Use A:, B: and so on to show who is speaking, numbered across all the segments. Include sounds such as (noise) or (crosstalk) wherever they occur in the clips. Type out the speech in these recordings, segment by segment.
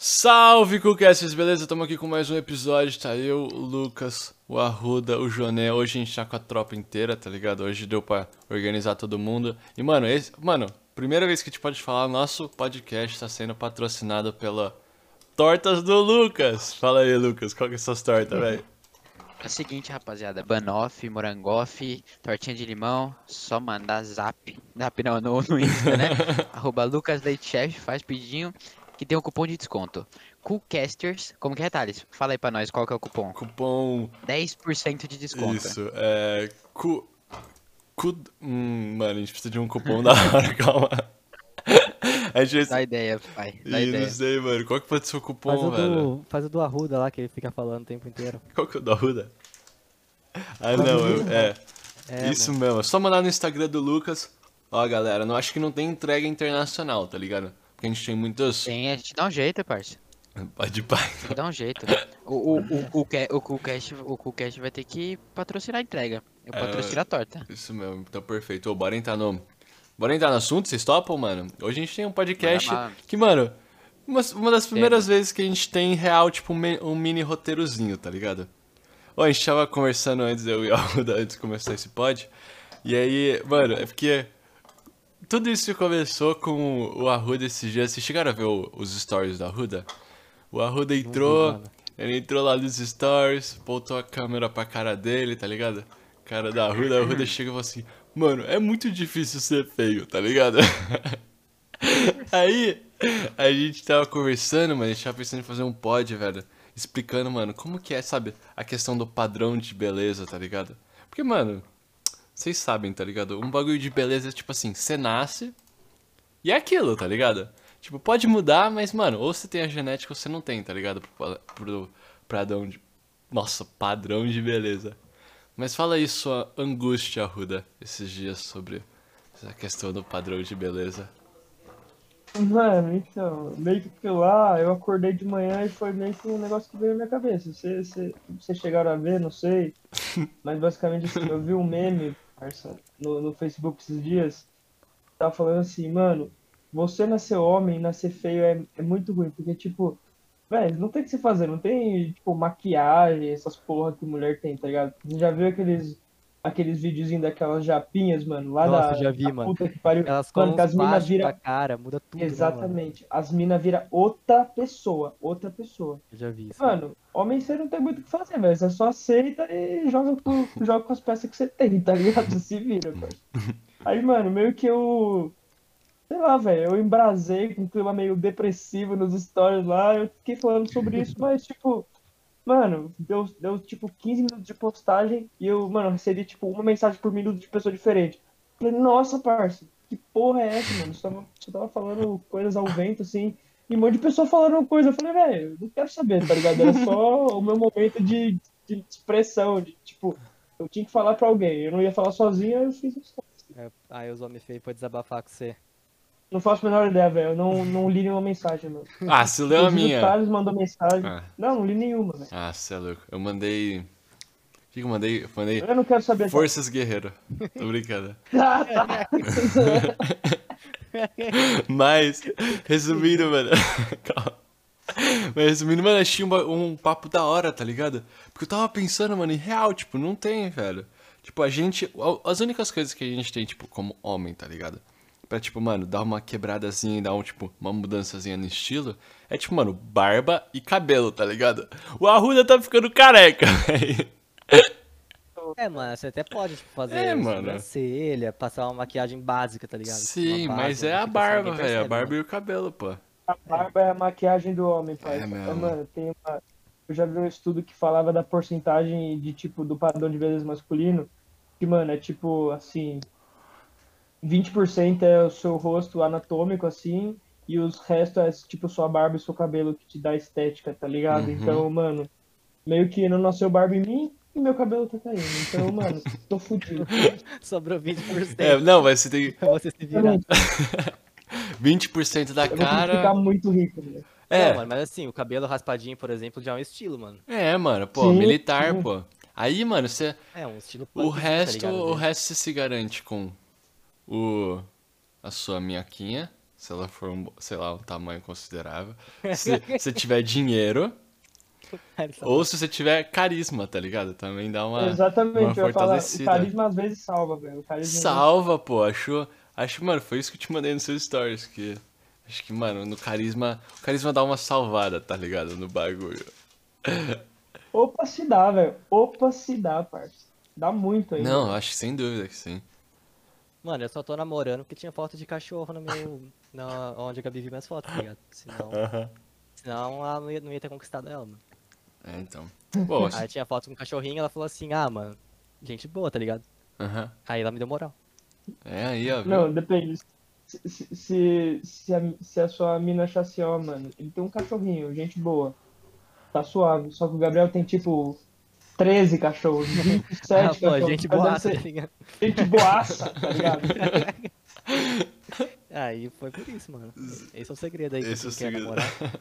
A: Salve, Cookcasters, beleza? Estamos aqui com mais um episódio, tá eu, o Lucas, o Arruda, o Joné. Hoje a gente tá com a tropa inteira, tá ligado? Hoje deu pra organizar todo mundo. E, mano, esse... Mano, primeira vez que a gente pode falar, nosso podcast tá sendo patrocinado pela Tortas do Lucas. Fala aí, Lucas, qual que é essas
B: Uhum.
A: tortas, velho?
B: É o seguinte, rapaziada, banoff, morangoff, tortinha de limão, só mandar zap, zap não, no, no Insta, né? Arroba Lucas Leite Chef, faz pedidinho, que tem um cupom de desconto. Coolcasters, como que é, Thales? Fala aí pra nós qual que é o cupom.
A: Cupom
B: 10% de desconto.
A: Isso, é. Cu. Cu. Hum, mano, a gente precisa de um cupom da hora, (laughs) calma. A gente.
B: Dá ideia, pai, dá
A: Ih, não
B: ideia.
A: sei, mano. Qual que pode ser o
C: Faz
A: cupom,
C: o,
A: velho?
C: do, faz o do Arruda lá que ele fica falando o tempo inteiro.
A: Qual que é o da Ruda? Ah, não, eu- é.
C: É,
A: Isso mesmo. É só mandar no Instagram do Lucas. Ó, galera, não acho que não tem entrega internacional, tá ligado? Porque a gente tem muitos.
B: Tem, a gente dá um jeito, parça.
A: Pode pai. (laughs)
B: Tem que dar um jeito. O, o, o, Coolca- o, Coolcast, o Coolcast vai ter que patrocinar a entrega. Eu patrocino a torta.
A: Isso mesmo, então perfeito. Ô, bora entrar no. Bora entrar no assunto, vocês topam, mano? Hoje a gente tem um podcast
B: Manda bala.
A: que, mano, uma, uma das primeiras vezes que a gente tem real, tipo, um, me- um mini roteirozinho, tá ligado? Ô, a gente tava conversando antes, eu e a Alda, antes de começar esse pod. E aí, mano, é porque. Tudo isso começou com o Arruda esses dias. Vocês chegaram a ver o- os stories do Arruda? O Arruda entrou, ele entrou lá nos stories, voltou a câmera pra cara dele, tá ligado? Cara da Arruda, a Arruda chega e fala assim: Mano, é muito difícil ser feio, tá ligado? (laughs) Aí, a gente tava conversando, mano, a gente tava pensando em fazer um pod, velho. Explicando, mano, como que é, sabe, a questão do padrão de beleza, tá ligado? Porque, mano, vocês sabem, tá ligado? Um bagulho de beleza é tipo assim, você nasce e é aquilo, tá ligado? Tipo, pode mudar, mas, mano, ou você tem a genética ou você não tem, tá ligado? Pro, pa- pro padrão de. Nossa, padrão de beleza. Mas fala aí sua angústia, Arruda, esses dias sobre essa questão do padrão de beleza.
D: Mano, então, meio que porque lá eu acordei de manhã e foi meio que um negócio que veio na minha cabeça. Vocês você, você chegaram a ver, não
C: (laughs)
D: sei. Mas basicamente assim, eu vi um meme, parça, no, no Facebook esses dias. Tava falando assim, mano, você nascer homem e nascer feio é, é muito ruim, porque tipo, velho, não tem o que se fazer, não tem, tipo, maquiagem, essas porra que mulher tem, tá ligado? Você já viu aqueles. Aqueles videozinhos daquelas japinhas, mano, lá
C: Nossa,
D: da,
C: já vi,
D: da
C: mano.
D: puta que pariu.
C: Elas
D: Mano,
C: comem
D: que
C: os
D: as mina
C: plásticos
D: vira-
C: da cara, muda tudo. né, mano?
D: Exatamente. As minas viram outra pessoa. Outra pessoa.
C: Eu já vi isso.
D: Mano, homem você não tem muito o que fazer, velho. Você só aceita e joga com, joga com as peças que você tem, tá ligado? Se vira, cara. Aí, mano, meio que eu. Sei lá, velho. Eu embrasei com um clima meio depressivo nos stories lá. Eu fiquei falando sobre isso, mas, tipo. Mano, deu, deu tipo 15 minutos de postagem e eu, mano, recebi tipo uma mensagem por minuto de pessoa diferente. Falei, nossa, parça, que porra é essa, mano? Você tava, você tava falando coisas ao vento, assim, e um monte de pessoa falando coisa. Eu falei, velho, eu não quero saber, tá ligado? Era só o meu momento de, de expressão, de tipo, eu tinha que falar pra alguém, eu não ia falar sozinho, aí eu fiz isso.
C: É, aí os homens feios pra desabafar com você.
D: Não faço a menor ideia, velho, eu não, não li nenhuma mensagem, mano.
A: Ah, se leu a
D: Inclusive, tá
A: minha.
D: O Thales mandou mensagem.
A: Ah.
D: Não, não li nenhuma, velho.
A: Ah, cê é louco. Eu mandei. O que que eu mandei? Eu mandei.
D: Eu não quero saber.
A: Forças Guerreiro. Tô brincando.
D: Ah, tá.
A: Mas, resumindo, mano. (laughs) Calma. Mas resumindo, mano, achei um, ba- um papo da hora, tá ligado? Porque eu tava pensando, mano, em real, tipo, não tem, velho. Tipo, a gente. a- As únicas coisas que a gente tem, tipo, como homem, tá ligado? Pra, tipo, mano, dar uma quebradazinha e dar um, tipo, uma mudançazinha no estilo. É tipo, mano, barba e cabelo, tá ligado? O Arruda tá ficando careca, (laughs) velho.
C: É, mano, você até pode tipo, fazer
A: É, mano.
C: sobrancelha, passar uma maquiagem básica, tá ligado?
A: Sim,
C: Uma
A: mas
C: base,
A: é
C: né,
A: a
C: que pessoal nem
A: barba, velho. A
C: percebe, né?
A: barba
C: mano.
A: e o cabelo, pô.
D: A barba é a maquiagem do homem, pai.
A: É mesmo.
D: Mas, mano, tem uma. Eu já vi um estudo que falava da porcentagem de tipo do padrão de beleza masculino, que, mano, é tipo assim. 20% é o seu rosto anatômico, assim, e os restos é tipo sua barba e seu cabelo que te dá estética, tá ligado?
A: Uhum.
D: Então, mano, meio que não nasceu barba em mim e meu cabelo tá caindo.
A: (laughs)
D: Então, mano, tô fudido.
C: né? Sobrou 20%.
A: É, não, mas você tem
C: Pra você se virar.
D: Exatamente.
A: 20% da
D: Eu vou ter que ficar
A: cara.
D: muito rico, velho.
C: Não,
A: É,
C: mano, mas assim, o cabelo raspadinho, por exemplo, já é um estilo, mano.
A: é, mano, pô,
D: Sim,
A: militar,
D: sim.
A: pô. Aí, mano, você.
C: É um estilo
A: O
C: punk, tá
A: resto,
C: (laughs) ligado,
A: o
C: velho?
A: resto você se garante com o a sua minhoquinha, se ela for, um, sei lá, um tamanho considerável.
C: (laughs)
A: Se você tiver dinheiro,
C: Cara, só-
A: ou se você tiver carisma, tá ligado? Também dá uma, uma
D: Exatamente, eu ia falar, o
A: fortalecida.
D: carisma às vezes salva, velho. O carisma
A: Salva, pô, acho, acho, mano, foi isso que eu te mandei nos seus stories, que... Acho que, mano, no carisma, o carisma dá uma salvada, tá ligado? No bagulho.
D: Opa, se dá, velho. Opa, se dá, parça. Dá muito aí.
A: Não, acho que sem dúvida que sim.
C: Mano, eu só tô namorando porque tinha foto de cachorro no meu. Na, onde eu acabei de ver minhas fotos, tá ligado? Senão, senão ela não ia, não ia ter conquistado ela, mano.
A: É, então. Bom,
C: Aí tinha foto com um cachorrinho ela falou assim, ah, mano, gente boa, tá ligado?
A: aham.
C: Aí ela me deu moral.
A: é aí, ó. viu?
D: Não, depende. Se, se, se, se a, se a sua mina achar assim, ó, mano, ele tem um cachorrinho, gente boa. Tá suave. Só que o Gabriel tem tipo 13 cachorros, 27
C: Ah,
D: cachorros.
C: pô, gente
D: Mas deve
C: boaça, tá
D: ser
C: ligado?
D: Gente boaça, tá ligado?
C: Aí foi por isso, mano. Esse é o segredo aí. que
A: Esse é o
C: quem quer
A: segredo.
C: namorar.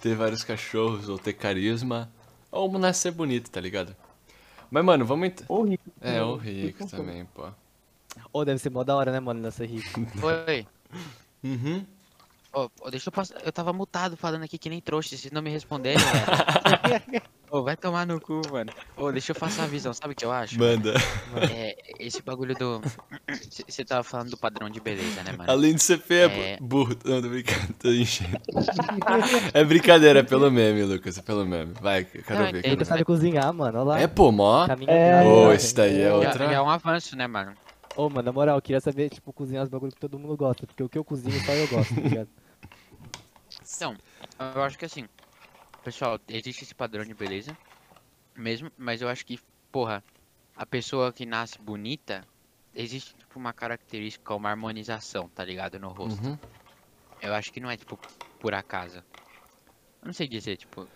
A: ter vários cachorros ou ter carisma. Ou nascer bonito, tá ligado? Mas, mano, vamos. Ent...
D: Ou rico.
A: É, o
D: Rico
A: rico
D: com tudo.
A: também, pô.
C: Ou deve ser mó da hora, né, mano, nessa rica.
B: Oi.
A: Uhum.
B: Ô, ô, deixa eu passar. Eu tava mutado falando aqui que nem trouxa, vocês não me responderem, velho. Ô, vai tomar no cu, mano. Ô, deixa eu passar a visão, sabe o que eu acho?
A: Manda. (laughs)
B: É, esse bagulho do. Você tava falando do padrão de beleza, né, mano?
A: Além de ser feio, é
B: É.
A: bu- burro. Não, tô brincando, (laughs) tô enchendo. é brincadeira, é pelo meme, Lucas, é pelo meme. Vai, eu quero
B: Não,
A: ver.
B: entendo,
A: Quero
C: Ele
A: ver.
C: sabe cozinhar, mano. Olha lá.
A: É, pô, mó.
C: Caminho
D: É.
C: andado,
A: Ô,
C: né,
A: esse
C: velho?
A: daí é
C: Ô,
A: outro.
B: Já,
A: outra-
B: já é um avanço, né, mano?
C: Ô, mano, na moral, eu queria saber, tipo, cozinhar os bagulhos que todo mundo gosta. Porque o que eu cozinho só eu gosto, tá ligado?
B: Então, eu acho que assim, pessoal, existe esse padrão de beleza mesmo, mas eu acho que, porra, a pessoa que nasce bonita, existe tipo uma característica, uma harmonização, tá ligado? No rosto.
A: Uhum.
B: Eu acho que não é tipo por acaso. Eu não sei dizer, tipo,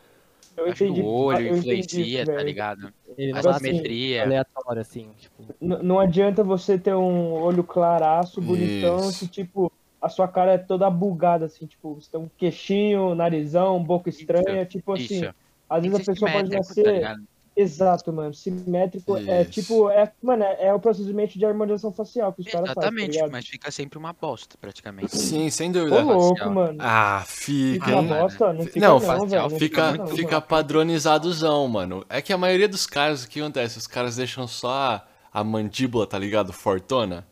D: Eu
B: acho que
D: entendi.
B: o olho
D: eu entendi,
B: influencia, tá
D: velho.
B: ligado?
C: Ele
B: A
C: não
D: Mas,
C: gosta
D: assim,
C: de
A: é.
B: simetria.
C: aleatório, assim, tipo...
D: N- Não adianta você ter um olho claraço, bonitão,
A: Isso.
D: se tipo, a sua cara é toda bugada, assim, tipo, você tem um queixinho, narizão, um boca estranha, tipo assim,
B: Isso.
D: às
B: Tem
D: vezes
B: que
D: a
B: ser
D: pessoa pode
B: simétrico,
D: nascer.
B: tá ligado?
D: Exato, mano. Simétrico é
A: Isso.
D: tipo, é, mano, é, é o procedimento de harmonização facial que os caras fazem.
B: Exatamente,
D: tá ligado?
B: mas fica sempre uma bosta, praticamente.
A: Sim, sem
D: Ô
A: dúvida.
D: louco,
B: facial.
D: mano.
A: Ah, fica,
D: Fica uma
A: hein?
C: Tá,
B: mano.
D: bosta, não
A: Fi-
D: fica
A: não,
D: não,
A: facial
D: velho. não
A: fica,
D: não,
A: fica
D: mano.
A: padronizadozão, mano. É que a maioria dos casos, o que acontece? Os caras deixam só a, a mandíbula, tá ligado? Fortona.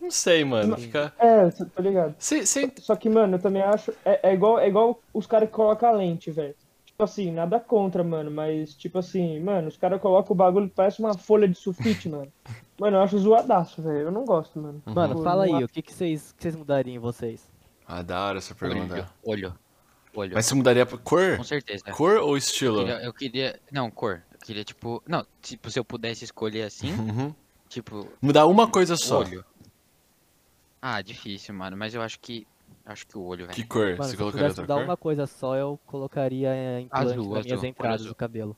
A: Não sei, mano. Fica.
D: É, cê- tá ligado?
A: Cê, cê...
D: Só que, mano, eu também acho. É, é igual, é igual os caras que colocam a lente, velho. Tipo assim, nada contra, mano, mas tipo assim, mano, os caras colocam o bagulho que parece uma folha de sulfite, mano. Mano, eu acho zoadaço, velho. Eu não gosto, mano.
A: Uhum.
C: Mano,
D: Pô,
C: fala
D: não
C: aí,
D: acho-
C: o que que vocês, que vocês mudariam em vocês?
A: Ah, da hora essa pergunta.
B: Olho, olho, olho.
A: Mas você mudaria pra cor?
B: Com certeza.
A: Cor ou
B: Eu
A: estilo?
B: queria, eu queria- Não, cor. Eu queria, tipo. Não, tipo, se eu pudesse escolher assim,
A: Uhum.
B: tipo,
A: Mudar uma coisa só.
B: olho. Ah, difícil, mano. Mas eu acho que. Acho que o olho,
A: Que
B: velho.
A: cor?
C: Mano,
A: você
C: se eu
A: colocaria
C: pudesse
A: outra
C: mudar
A: cor?
C: uma coisa só, eu colocaria é, implante
B: Azul,
C: nas minhas
B: azul,
C: entradas
B: azul.
C: do cabelo.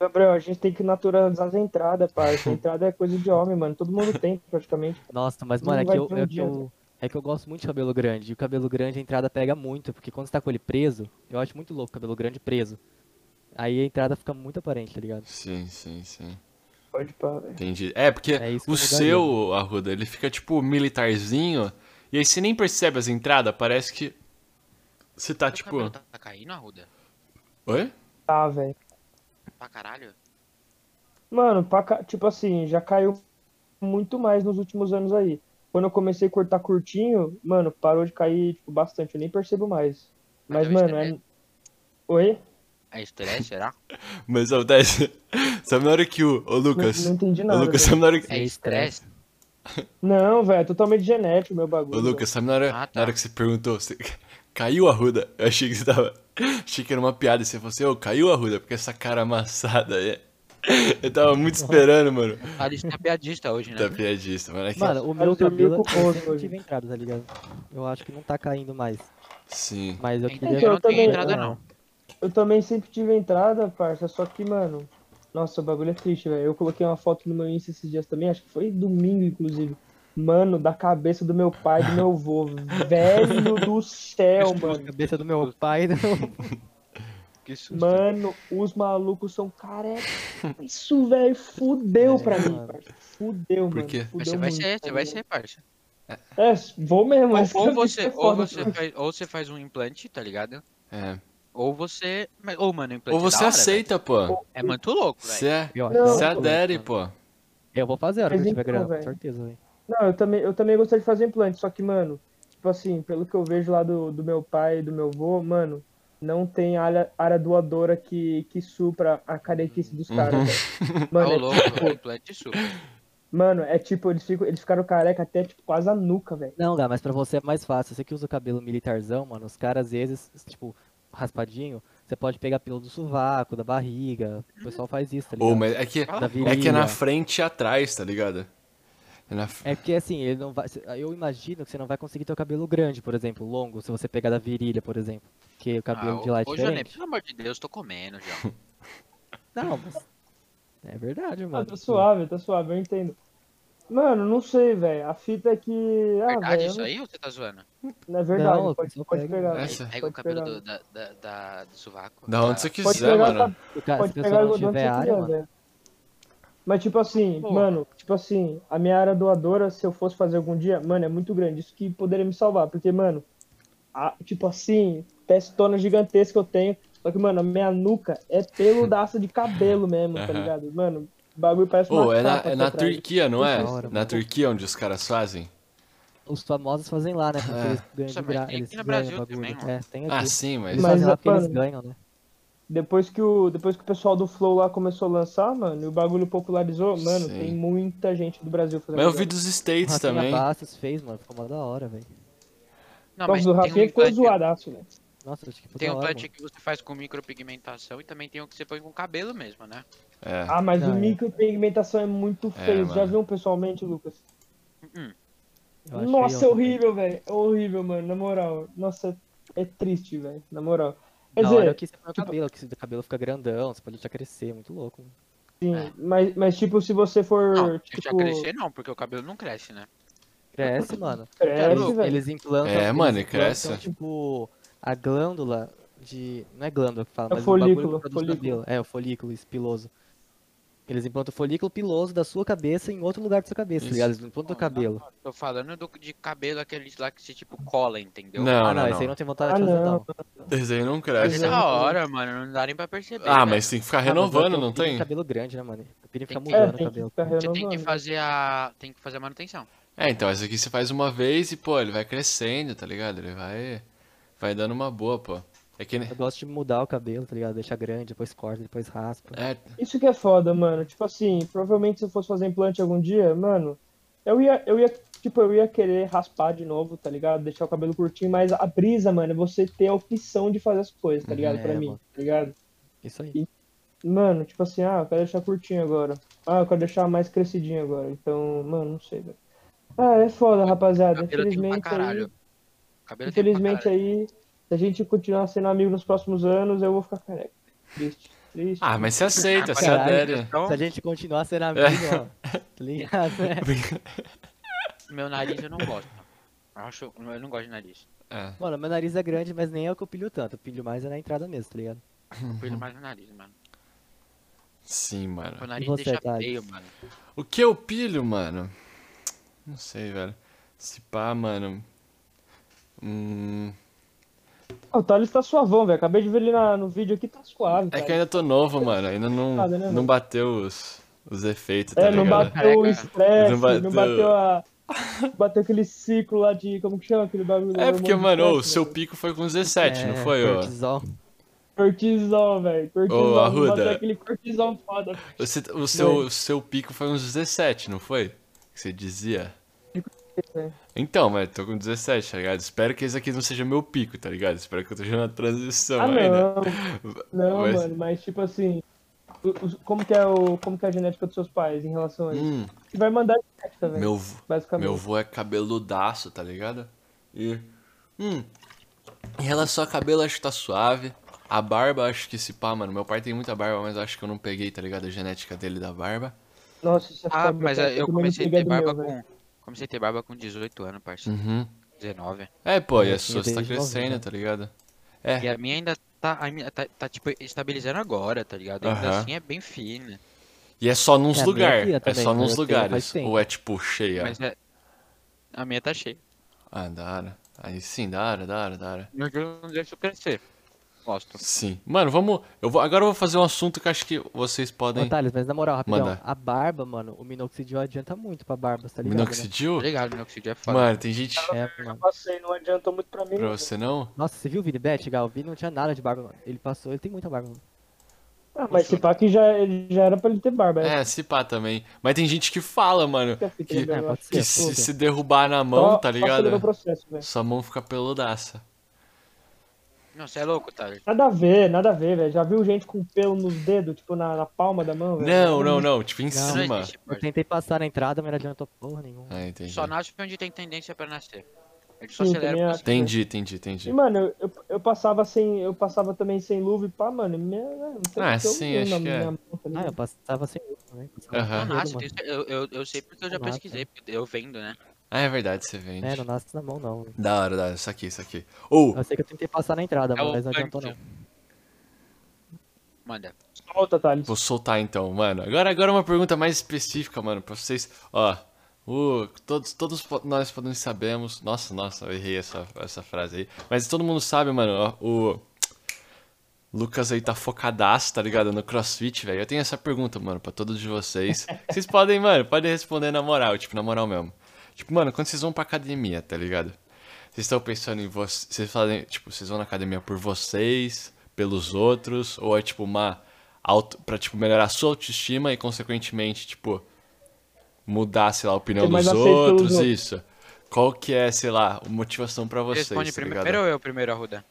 D: Gabriel, a gente tem que naturalizar as entradas, parça. A entrada é coisa de homem, mano. Todo mundo tem, praticamente.
C: Nossa, mas,
D: Não
C: mano, é
D: vai
C: que, eu,
D: ter um
C: é, que
D: dia-
C: eu, é que eu gosto muito de cabelo grande. E o cabelo grande, a entrada pega muito, porque quando você tá com ele preso, eu acho muito louco o cabelo grande preso. Aí a entrada fica muito aparente, tá ligado?
A: Sim, sim, sim.
D: Pode pá, velho.
A: Entendi. É, porque
C: É isso que
A: o
C: eu mudaria.
A: seu, Arruda, ele fica tipo militarzinho. E aí você nem percebe as entradas, parece que. Você tá
B: Meu
A: tipo.
B: cabelo Tá, tá caindo, Arruda?
A: Oi?
D: Tá, velho.
B: Pra caralho?
D: Mano, pra ca- tipo assim, já caiu muito mais nos últimos anos aí. Quando eu comecei a cortar curtinho, mano, parou de cair, tipo, bastante. Eu nem percebo mais.
B: Mas
D: Mas,
B: é o
D: mano, é.
B: estresse.
D: Oi?
B: É estresse, será?
A: Mas acontece. (laughs) Sabe na hora que o. Ô, Lucas.
D: Não, não entendi
A: Ô,
D: nada,
A: Lucas,
D: velho.
A: sabe na hora que.
B: É estresse?
D: Não, velho, é totalmente genético o meu
A: Ô,
D: bagulho.
A: Lucas, sabe na hora,
B: Ah, tá.
A: na hora que você perguntou. Você... (laughs) Caiu a Ruda? Eu achei que você tava. (laughs) Achei que era uma piada. E você falou assim, ô, caiu a Ruda, porque essa cara amassada aí. (laughs) Eu tava muito esperando, mano.
B: A gente tá piadista hoje, né?
A: Da piadista, mano. É que-
C: Mano, o
D: Cara,
C: meu
D: eu dormi
C: cabelo,
D: com o
C: eu
D: rosto
C: sempre
D: hoje.
C: tive entrada, tá ligado? Eu acho que não tá caindo mais.
A: Sim.
C: Mas eu
B: Então,
C: queria...
D: eu
B: eu não tenho
D: também- né?
B: entrada, não.
D: velho. Eu também sempre tive entrada, parça, só que, mano. Nossa, o bagulho é triste, velho. Eu coloquei uma foto no meu Insta esses dias também, acho que foi domingo, inclusive. Mano, da cabeça do meu pai, do meu avô. (laughs) Velho do céu,
C: A
D: mano.
C: cabeça do meu pai (laughs)
D: (laughs)
C: não...
B: Que susto.
D: Mano, os malucos
B: (laughs)
D: são careca. Isso, velho, fudeu pra mim,
C: mano.
B: é
D: parça. Fudeu,
A: Por
D: mano.
A: quê?
D: Fudeu
B: Mas você vai
D: muito,
B: ser,
D: tá
B: você vai
D: ligado?
B: ser, parça.
D: É, vou mesmo. essa
B: Ou, ou
D: (laughs) vida
B: você,
D: é
B: ou,
D: foda.
B: você faz, ou você faz um implante, tá ligado?
A: É.
B: Ou você. mas- Ou, mano, o implante.
A: Ou
B: é da
A: você
B: hora,
A: aceita, pô.
B: velho. É muito louco, velho.
A: Você é-
C: Pior,
D: Não, tá
A: você
C: eu-
A: adere, pô.
C: Eu vou fazer a hora que
D: Mas
C: eu tiver
D: então,
C: grana, com
D: velho.
C: certeza, velho.
D: Não, eu também, eu também gostaria de fazer implante, só que, mano, tipo assim, pelo que eu vejo lá do, do meu pai e do meu avô, mano, não tem área, área doadora que, que supra a caretice
B: Uhum.
D: dos
B: (laughs)
D: caras, velho.
B: Tá
D: Mano, é (laughs)
B: louco,
D: tipo-
B: o implante super.
D: mano, é tipo, eles, ficam, eles ficaram careca até tipo, quase a nuca, velho.
C: Não, Gá, mas pra você é mais fácil. Você que usa o cabelo militarzão, mano, os caras às vezes, tipo, raspadinho, você pode pegar pelo do sovaco, da barriga. O pessoal faz isso, tá ligado?
A: Ou, mas é que,
C: Da
A: é que é na
C: virilha.
A: frente e atrás, tá ligado? É na f-
C: É porque assim, ele não vai. cê- Eu imagino que você não vai conseguir ter o cabelo grande, por exemplo, longo, se você pegar da virilha, por exemplo. Porque o cabelo de lá é
B: Ah, ô, Jonê,
C: diferente.
B: pelo amor de Deus, tô comendo já.
C: Não, mas. É verdade,
D: Ah,
C: mano.
D: tá suave, tá suave, eu entendo. Mano, não sei, velho. A fita é que. Ah,
B: Verdade
D: velho,
B: isso aí ou você tá zoando?
D: não é verdade.
C: Não,
D: pode,
C: só
D: pode
C: pega.
D: pegar.
A: É,
D: velho,
A: só-
B: Pega o
D: pode
B: cabelo
D: pegar.
B: do, da, da, da- do sovaco.
C: É,
B: Tá.
A: Da onde você
D: Pode
A: quiser,
D: pegar,
A: mano.
D: sabe?
C: Tipo, O cara, Ah, se
D: Pode
C: a pessoa
D: pegar
C: não
D: o
C: tiver área, mano.
D: Mas, tipo assim,
B: Porra.
D: mano, tipo assim, a minha área doadora, se eu fosse fazer algum dia, mano, é muito grande. Isso que poderia me salvar, porque, mano, a- tipo assim, testona gigantesca eu tenho. Só que, mano, a minha nuca
A: (laughs)
D: é peludaça de cabelo mesmo, tá
A: Aham.
D: ligado? Mano, o bagulho parece
A: Ou
D: uma
A: é na,
D: capa
A: é
D: aqui
A: na
D: atrás.
A: Turquia, não é?
C: Da hora,
A: Na
C: mano.
A: Turquia onde os caras fazem?
C: Os famosos fazem lá, né? Porque
B: É.
C: eles ganham
B: Nossa, mas
C: de graça.
B: tem
C: Eles
B: aqui no
C: ganham
B: Brasil
C: o bagulho.
B: também, mano.
C: é, tem aqui.
A: Ah, sim, mas.
C: Eles
D: Mas, é
C: fazem lá porque eles
D: mano,
C: ganham, né?
D: Depois que, o, depois que o pessoal do Flow lá começou a lançar, mano, e o bagulho popularizou, mano,
A: Sim.
D: tem muita gente do Brasil fazendo
A: Mas eu vi
D: bagulho.
A: dos States
C: Rafinha
A: também.
C: Bastos fez, mano. Ficou mó da hora, velho.
B: Não, um
D: Nossa, do
A: um
D: Rafinha ficou
B: implante-
D: zoadaço, né?
C: Nossa, acho que ficou
B: Tem
C: da
B: um
C: hora.
B: implante
C: mano.
B: que você faz com micropigmentação e também tem um que você põe com cabelo mesmo, né?
A: É.
D: Ah, mas
C: Não,
D: o
C: é.
D: micropigmentação é muito
A: É,
D: feio. Já
A: mano.
D: viu um pessoalmente, Lucas?
C: Eu achei
D: Nossa, é
C: ótimo.
D: horrível, velho. É horrível, mano. Na moral. Nossa, é é triste, velho. Na moral. Quer
C: Da
D: dizer,
C: hora que você põe o
D: tipo-
C: cabelo, que o cabelo fica grandão, você pode deixar crescer, muito louco. mano.
D: sim,
B: É.
D: mas, mas tipo, se você for.
B: Não,
D: tipo,
B: já crescer não, porque o cabelo não cresce, né?
C: Cresce, mano.
D: cresce,
C: eles,
D: velho.
C: eles implantam.
A: É,
C: eles
A: mano, e
C: implantam,
A: cresce.
C: Tipo, a glândula de. Não é glândula que fala,
D: É o
C: mas o
D: folículo,
C: bagulho que produz
D: folículo.
C: cabelo. É, o folículo espiloso. Eles implantam o folículo piloso da sua cabeça em outro lugar da sua cabeça,
A: Isso.
C: tá ligado? Eles não implantam o cabelo.
B: Tô falando do, de cabelo aqueles lá que se tipo cola, entendeu?
A: Não,
C: ah, não,
A: não,
C: esse aí
A: não.
C: não tem vontade
D: Ah,
C: de fazer,
D: não.
C: não.
A: Esse aí não
B: É
A: cresce.
B: da hora, mano, não dá nem pra perceber.
A: Ah,
B: velho.
A: mas tem que ficar
C: Ah, mas
A: renovando,
C: eu tenho
A: não
C: um pirinho
A: tem?
C: cabelo grande, né, mano? O pirinho fica
B: Tem que-
D: É,
C: mudando
D: tem
C: o
D: que
C: cabelo.
D: ficar
B: Você tem que
D: renovando.
B: fazer a. Tem que fazer a manutenção.
A: É, então, esse aqui você faz uma vez e, pô, ele vai crescendo, tá ligado? Ele vai. Vai dando uma boa, pô. É que.
C: Eu gosto de mudar o cabelo, tá ligado? Deixar grande, depois corta, depois raspa.
A: É,
D: Isso que é foda, mano. Tipo assim, provavelmente se eu fosse fazer implante algum dia, mano, eu ia, eu ia, tipo, eu ia querer raspar de novo, tá ligado? Deixar o cabelo curtinho, mas a brisa, mano, é você ter a opção de fazer as coisas, tá ligado?
C: É,
D: pra mim,
C: mano.
D: tá ligado?
C: Isso aí.
D: Mano, tipo assim, ah, eu quero deixar curtinho agora. Ah, eu quero deixar mais crescidinho agora. Então, mano, não sei, velho. Ah, é foda, rapaziada.
B: Cabelo tem pra
D: Infelizmente aí,
B: caralho. Cabelo tem pra
D: infelizmente
B: caralho.
D: aí, se a gente continuar sendo amigo nos próximos anos, eu vou ficar careca. Triste, triste.
A: Ah, mas você aceita, você
C: Caralho.
A: adere.
B: Então,
C: Se a gente
A: (laughs)
C: continuar sendo amigo,
A: É.
C: ó. Tá ligado, né?
B: Então, meu nariz eu não gosto. Eu Acho, eu não gosto de nariz.
A: É.
C: Mano, meu nariz é grande, mas nem é o que eu pilho tanto. Eu pilho mais é na entrada mesmo, tá ligado?
B: Eu cuido mais do nariz, mano.
A: Sim, mano.
B: O nariz
C: você,
B: deixa
C: Thales?
B: feio, mano.
A: O que eu pilho, mano? Não sei, velho. Se pá, mano. Hum.
D: Ah, O Thales tá suavão, velho. Acabei de ver ele na- no vídeo aqui, tá suave.
A: É que eu
D: cara.
A: ainda tô novo, mano. Ainda não,
D: Nada, né,
A: não
D: mano?
A: bateu os, os efeitos, tá
D: É, não
A: ligado?
D: bateu o
B: Careca.
A: Não
D: estresse, não
A: bateu-
D: bateu, a. Bateu aquele ciclo lá de. Como que chama aquele bagulho? lá,
A: É porque, mano,
D: hormônio de
A: ô, o
D: estresse,
A: seu
D: velho?
A: pico foi com 17, É,
C: É,
A: não foi, ô?
C: cortisol.
D: Cortisol, velho. Cortisol.
A: Ô,
D: não
A: Arruda.
D: Bateu aquele cortisol foda.
A: Você-
D: É.
A: o, seu, o seu pico foi uns 17, não foi? Que você dizia.
D: velho.
A: Então, mas tô com 17, tá ligado? Espero que esse aqui não seja meu pico, tá ligado? Espero que eu esteja na transição
D: Ah,
A: ainda.
D: não. Não,
A: Tá Mas-
D: mano, mas tipo assim. o- os- Como que, é o, como que é a genética dos seus pais em relação a isso?
A: Hum,
D: Que vai mandar genética, velho.
A: meu, vô-
D: Basicamente.
A: meu vô é cabeludaço, tá ligado? E. Hum. Em relação a cabelo, acho que tá suave. A barba, acho que se pá, mano. Meu pai tem muita barba, mas acho que eu não peguei, tá ligado? A genética dele da barba.
D: Nossa, isso é
B: Ah,
D: foda,
B: mas
D: cara.
B: eu
D: Todo mundo
B: comecei a ter
D: briga do
B: barba
D: meu, velho.
B: com. Comecei a ter barba com 18 anos, parceiro.
A: Uhum.
B: 19.
A: É, pô, e a
C: Eu
A: sua
C: tinha
A: você tá
C: desde novinho,
A: crescendo,
C: né?
A: tá ligado?
B: E a minha ainda tá, a minha tá, tá, tipo, estabilizando agora, tá ligado? Ainda
A: Aham.
B: assim é bem fina.
A: E é só nos
C: É, a minha
A: lugares.
C: filha
A: É
C: também,
A: só
C: mas
A: nos
C: eu tenho faz
A: lugares.
C: tempo.
A: Ou é tipo cheia.
B: Mas é, A minha tá cheia.
A: Ah, da hora. Aí sim, da hora, da hora, da hora.
B: Meu Deus, não deixa eu crescer. Gosto.
A: Sim. Mano, vamos. Eu vou, agora eu vou fazer um assunto que eu acho que vocês podem.
C: Ô, Thales, mas na moral, rapidão,
A: Manda.
C: a barba, mano, o minoxidil adianta muito pra barba, tá ligado? né?
A: Minoxidil?
B: Obrigado, meu que é foda.
A: Mano, tem gente.
C: É,
D: Eu
C: mano.
D: passei, Tá não adiantou muito pra mim.
A: Pra você não?
C: Nossa, você viu o Vini Bet, Gal? O Vini não tinha nada de barba, mano. Ele passou, ele tem muita barba, mano.
D: Ah, mas esse pá aqui já, ele já era pra ele ter barba. né?
A: É, se pá também. Mas tem gente que fala, mano,
D: Fica assim,
A: que,
D: entendeu?
C: É, pode ser.
A: que
C: tudo.
A: se, se derrubar na mão,
D: Só
A: tá
D: acelerou o
A: ligado?
D: processo, velho.
A: Sua mão fica peludaça.
B: Não, você é louco, Thales.
D: Nada a ver, nada a ver, velho. Já viu gente com pelo nos dedos, tipo, na, na palma da mão, velho?
A: Não, não, não. Tipo, em
C: Não,
B: Não
A: cima.
B: existe,
C: Eu
B: pode.
C: tentei passar na entrada, mas não adiantou porra nenhuma.
A: Ah, entendi.
B: Só nasce onde tem tendência pra nascer. Ele só
D: Sim,
B: acelera
D: também
B: pra
D: acho.
B: cima.
A: Entendi, entendi,
D: E,
A: entendi.
D: mano, eu, eu, eu passava sem. Eu passava também sem luva e pá, mano. Minha, né, não tem
A: Ah,
D: o que eu
A: sim,
D: ver
A: acho
D: na
A: que é.
D: minha mão, tá
C: Ah, eu
D: ligado?
C: passava sem luva também. passava
A: Aham.
B: Não
C: sem
B: nasce,
C: dedo, mano.
B: tem- eu, eu, eu sei porque eu já
C: Não nasce,
B: pesquisei, porque eu vendo, né?
A: Ah, é verdade, você vende.
C: É, não nasce na mão, não.
A: Da hora, da hora. Isso aqui, isso aqui. Ou,
C: Eu sei que eu tentei passar na entrada,
B: É
C: mano,
B: o
C: mas não adiantou, não.
B: pânico. Manda.
A: é.
D: Solta, Thales.
A: Vou soltar então, mano. Agora, agora uma pergunta mais específica, mano, pra vocês. Ó, o- todos, todos po- nós podemos sabemos. Nossa, nossa, eu errei essa, essa frase aí. Mas todo mundo sabe, mano, ó, o Lucas aí tá focadaço, tá ligado? No crossfit, velho. Eu tenho essa pergunta, mano, pra todos de vocês. Vocês podem, mano, podem responder na moral, tipo, na moral mesmo. Tipo, mano, quando vocês vão pra academia, tá ligado? Vocês estão pensando em vocês. Vocês fazem, tipo, vocês vão na academia por vocês, pelos outros, ou é tipo uma. Auto, pra tipo, melhorar a sua autoestima e, consequentemente, tipo, mudar, sei lá, a opinião
D: Ser mais
A: dos
D: aceito pelos
A: outros,
D: outros.
A: isso. Qual que é, sei lá, a motivação pra vocês,
B: Responde
A: tá
B: primeiro
A: ligado?
B: ou eu primeiro, Arruda?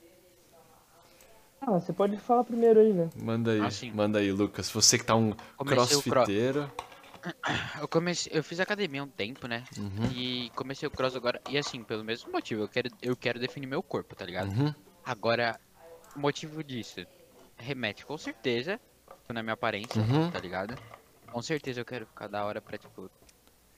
D: Ah, você pode falar primeiro aí, velho.
A: Manda aí,
B: Ah, sim.
A: manda aí, Lucas. Você que tá um
B: Comecei o cro-
A: crossfiteiro.
B: Eu comecei, eu fiz academia há um tempo, né?
A: Uhum.
B: E comecei o cross agora. E assim, pelo mesmo motivo, eu quero, eu quero definir meu corpo, tá ligado?
A: Uhum.
B: Agora, o motivo disso remete com certeza tipo, na minha aparência,
A: Uhum.
B: tá ligado? Com certeza eu quero ficar da hora pra, tipo,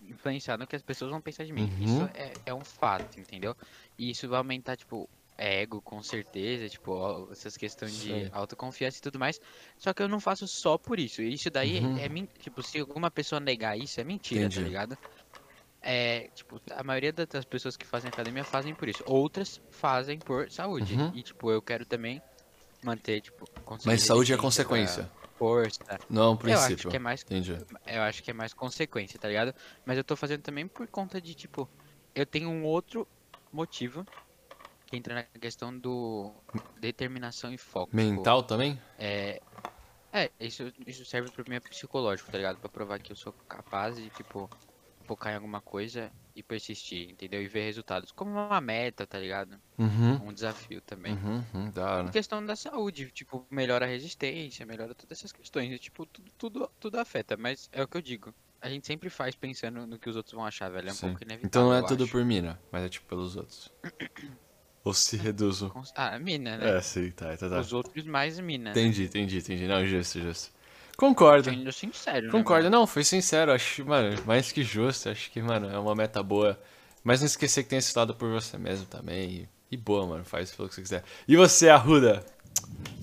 B: influenciar no que as pessoas vão pensar de mim.
A: Uhum.
B: Isso é, é um fato, entendeu? E isso vai aumentar, tipo, ego, com certeza, tipo, ó, essas questões
A: Sei.
B: de autoconfiança e tudo mais. Só que eu não faço só por isso. Isso daí
A: Uhum.
B: é mentira. Tipo, se alguma pessoa negar isso, é mentira,
A: Entendi.
B: tá ligado? É, tipo, a maioria da- das pessoas que fazem academia fazem por isso. Outras fazem por saúde.
A: Uhum.
B: E, tipo, eu quero também manter, tipo, conseguir
A: Mas saúde é
B: resistência pra
A: consequência,
B: Força.
A: não é um
B: Eu acho
A: princípio.
B: que é mais
A: Entendi.
B: eu acho que é mais consequência, tá ligado? Mas eu tô fazendo também por conta de, tipo, eu tenho um outro motivo que entra na questão do determinação e foco. tipo,
A: Mental também?
B: é, é isso, isso serve pro meu psicológico, tá ligado? Pra provar que eu sou capaz de, tipo, focar em alguma coisa e persistir, entendeu? E ver resultados. Como uma meta, tá ligado?
A: Uhum.
B: Um desafio também.
A: Uhum, uhum, da
B: Em
A: hora.
B: questão da saúde, tipo, melhora a resistência, melhora todas essas questões, e, tipo, tudo, tudo, tudo afeta, mas é o que eu digo. A gente sempre faz pensando no que os outros vão achar, velho, é um
A: Sim.
B: pouco inevitável.
A: Então não é
B: eu
A: tudo
B: acho.
A: por mim, né? Mas é tipo pelos outros. Ou se reduzo.
B: Cons- Ah, mina, né?
A: É, sim, tá, tá, tá.
B: Os outros mais mina. né?
A: Entendi, entendi, entendi. Não, justo, justo. Concordo.
B: Sendo sincero, né,
A: Concordo,
B: mano?
A: não, foi sincero, acho, mano, mais que justo, acho que, mano, é uma meta boa. Mas não esquecer que tem esse lado por você mesmo também. E, e boa, mano, faz pelo que você quiser. E você, Arruda?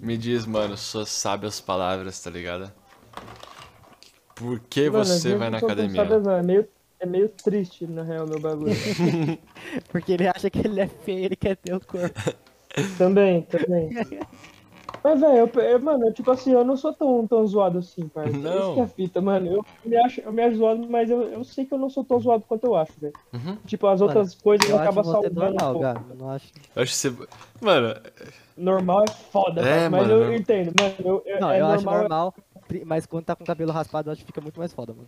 A: Me diz, mano, suas sábias palavras, tá ligado? Por que
D: Mano, às
A: você
D: vezes
A: vai na
D: eu sou
A: academia?
D: cansado, não, É meio, é meio triste, na real, meu bagulho.
C: Porque ele acha que ele é feio, ele quer ter o corpo.
D: também, também. Mas, velho, eu, eu- mano, eu, tipo assim, eu não sou tão, tão zoado assim, parceiro.
A: Não.
D: Isso que é fita, mano. Eu me acho, eu me acho zoado, mas eu, eu sei que eu não sou tão zoado quanto eu acho, velho. Tipo, as outras coisas
C: Eu acho
D: acabam
C: você
D: salvando. um
C: normal,
D: pouco.
C: Gá. Eu não acho...
A: Eu acho que você. Mano,
D: Normal é foda,
A: É,
D: mas
A: mano,
D: eu
A: normal.
D: entendo, mano. Eu, eu,
C: Não,
D: é
C: eu
D: normal,
C: acho normal, pri- mas quando tá com o cabelo raspado, eu acho que fica muito mais foda, mano.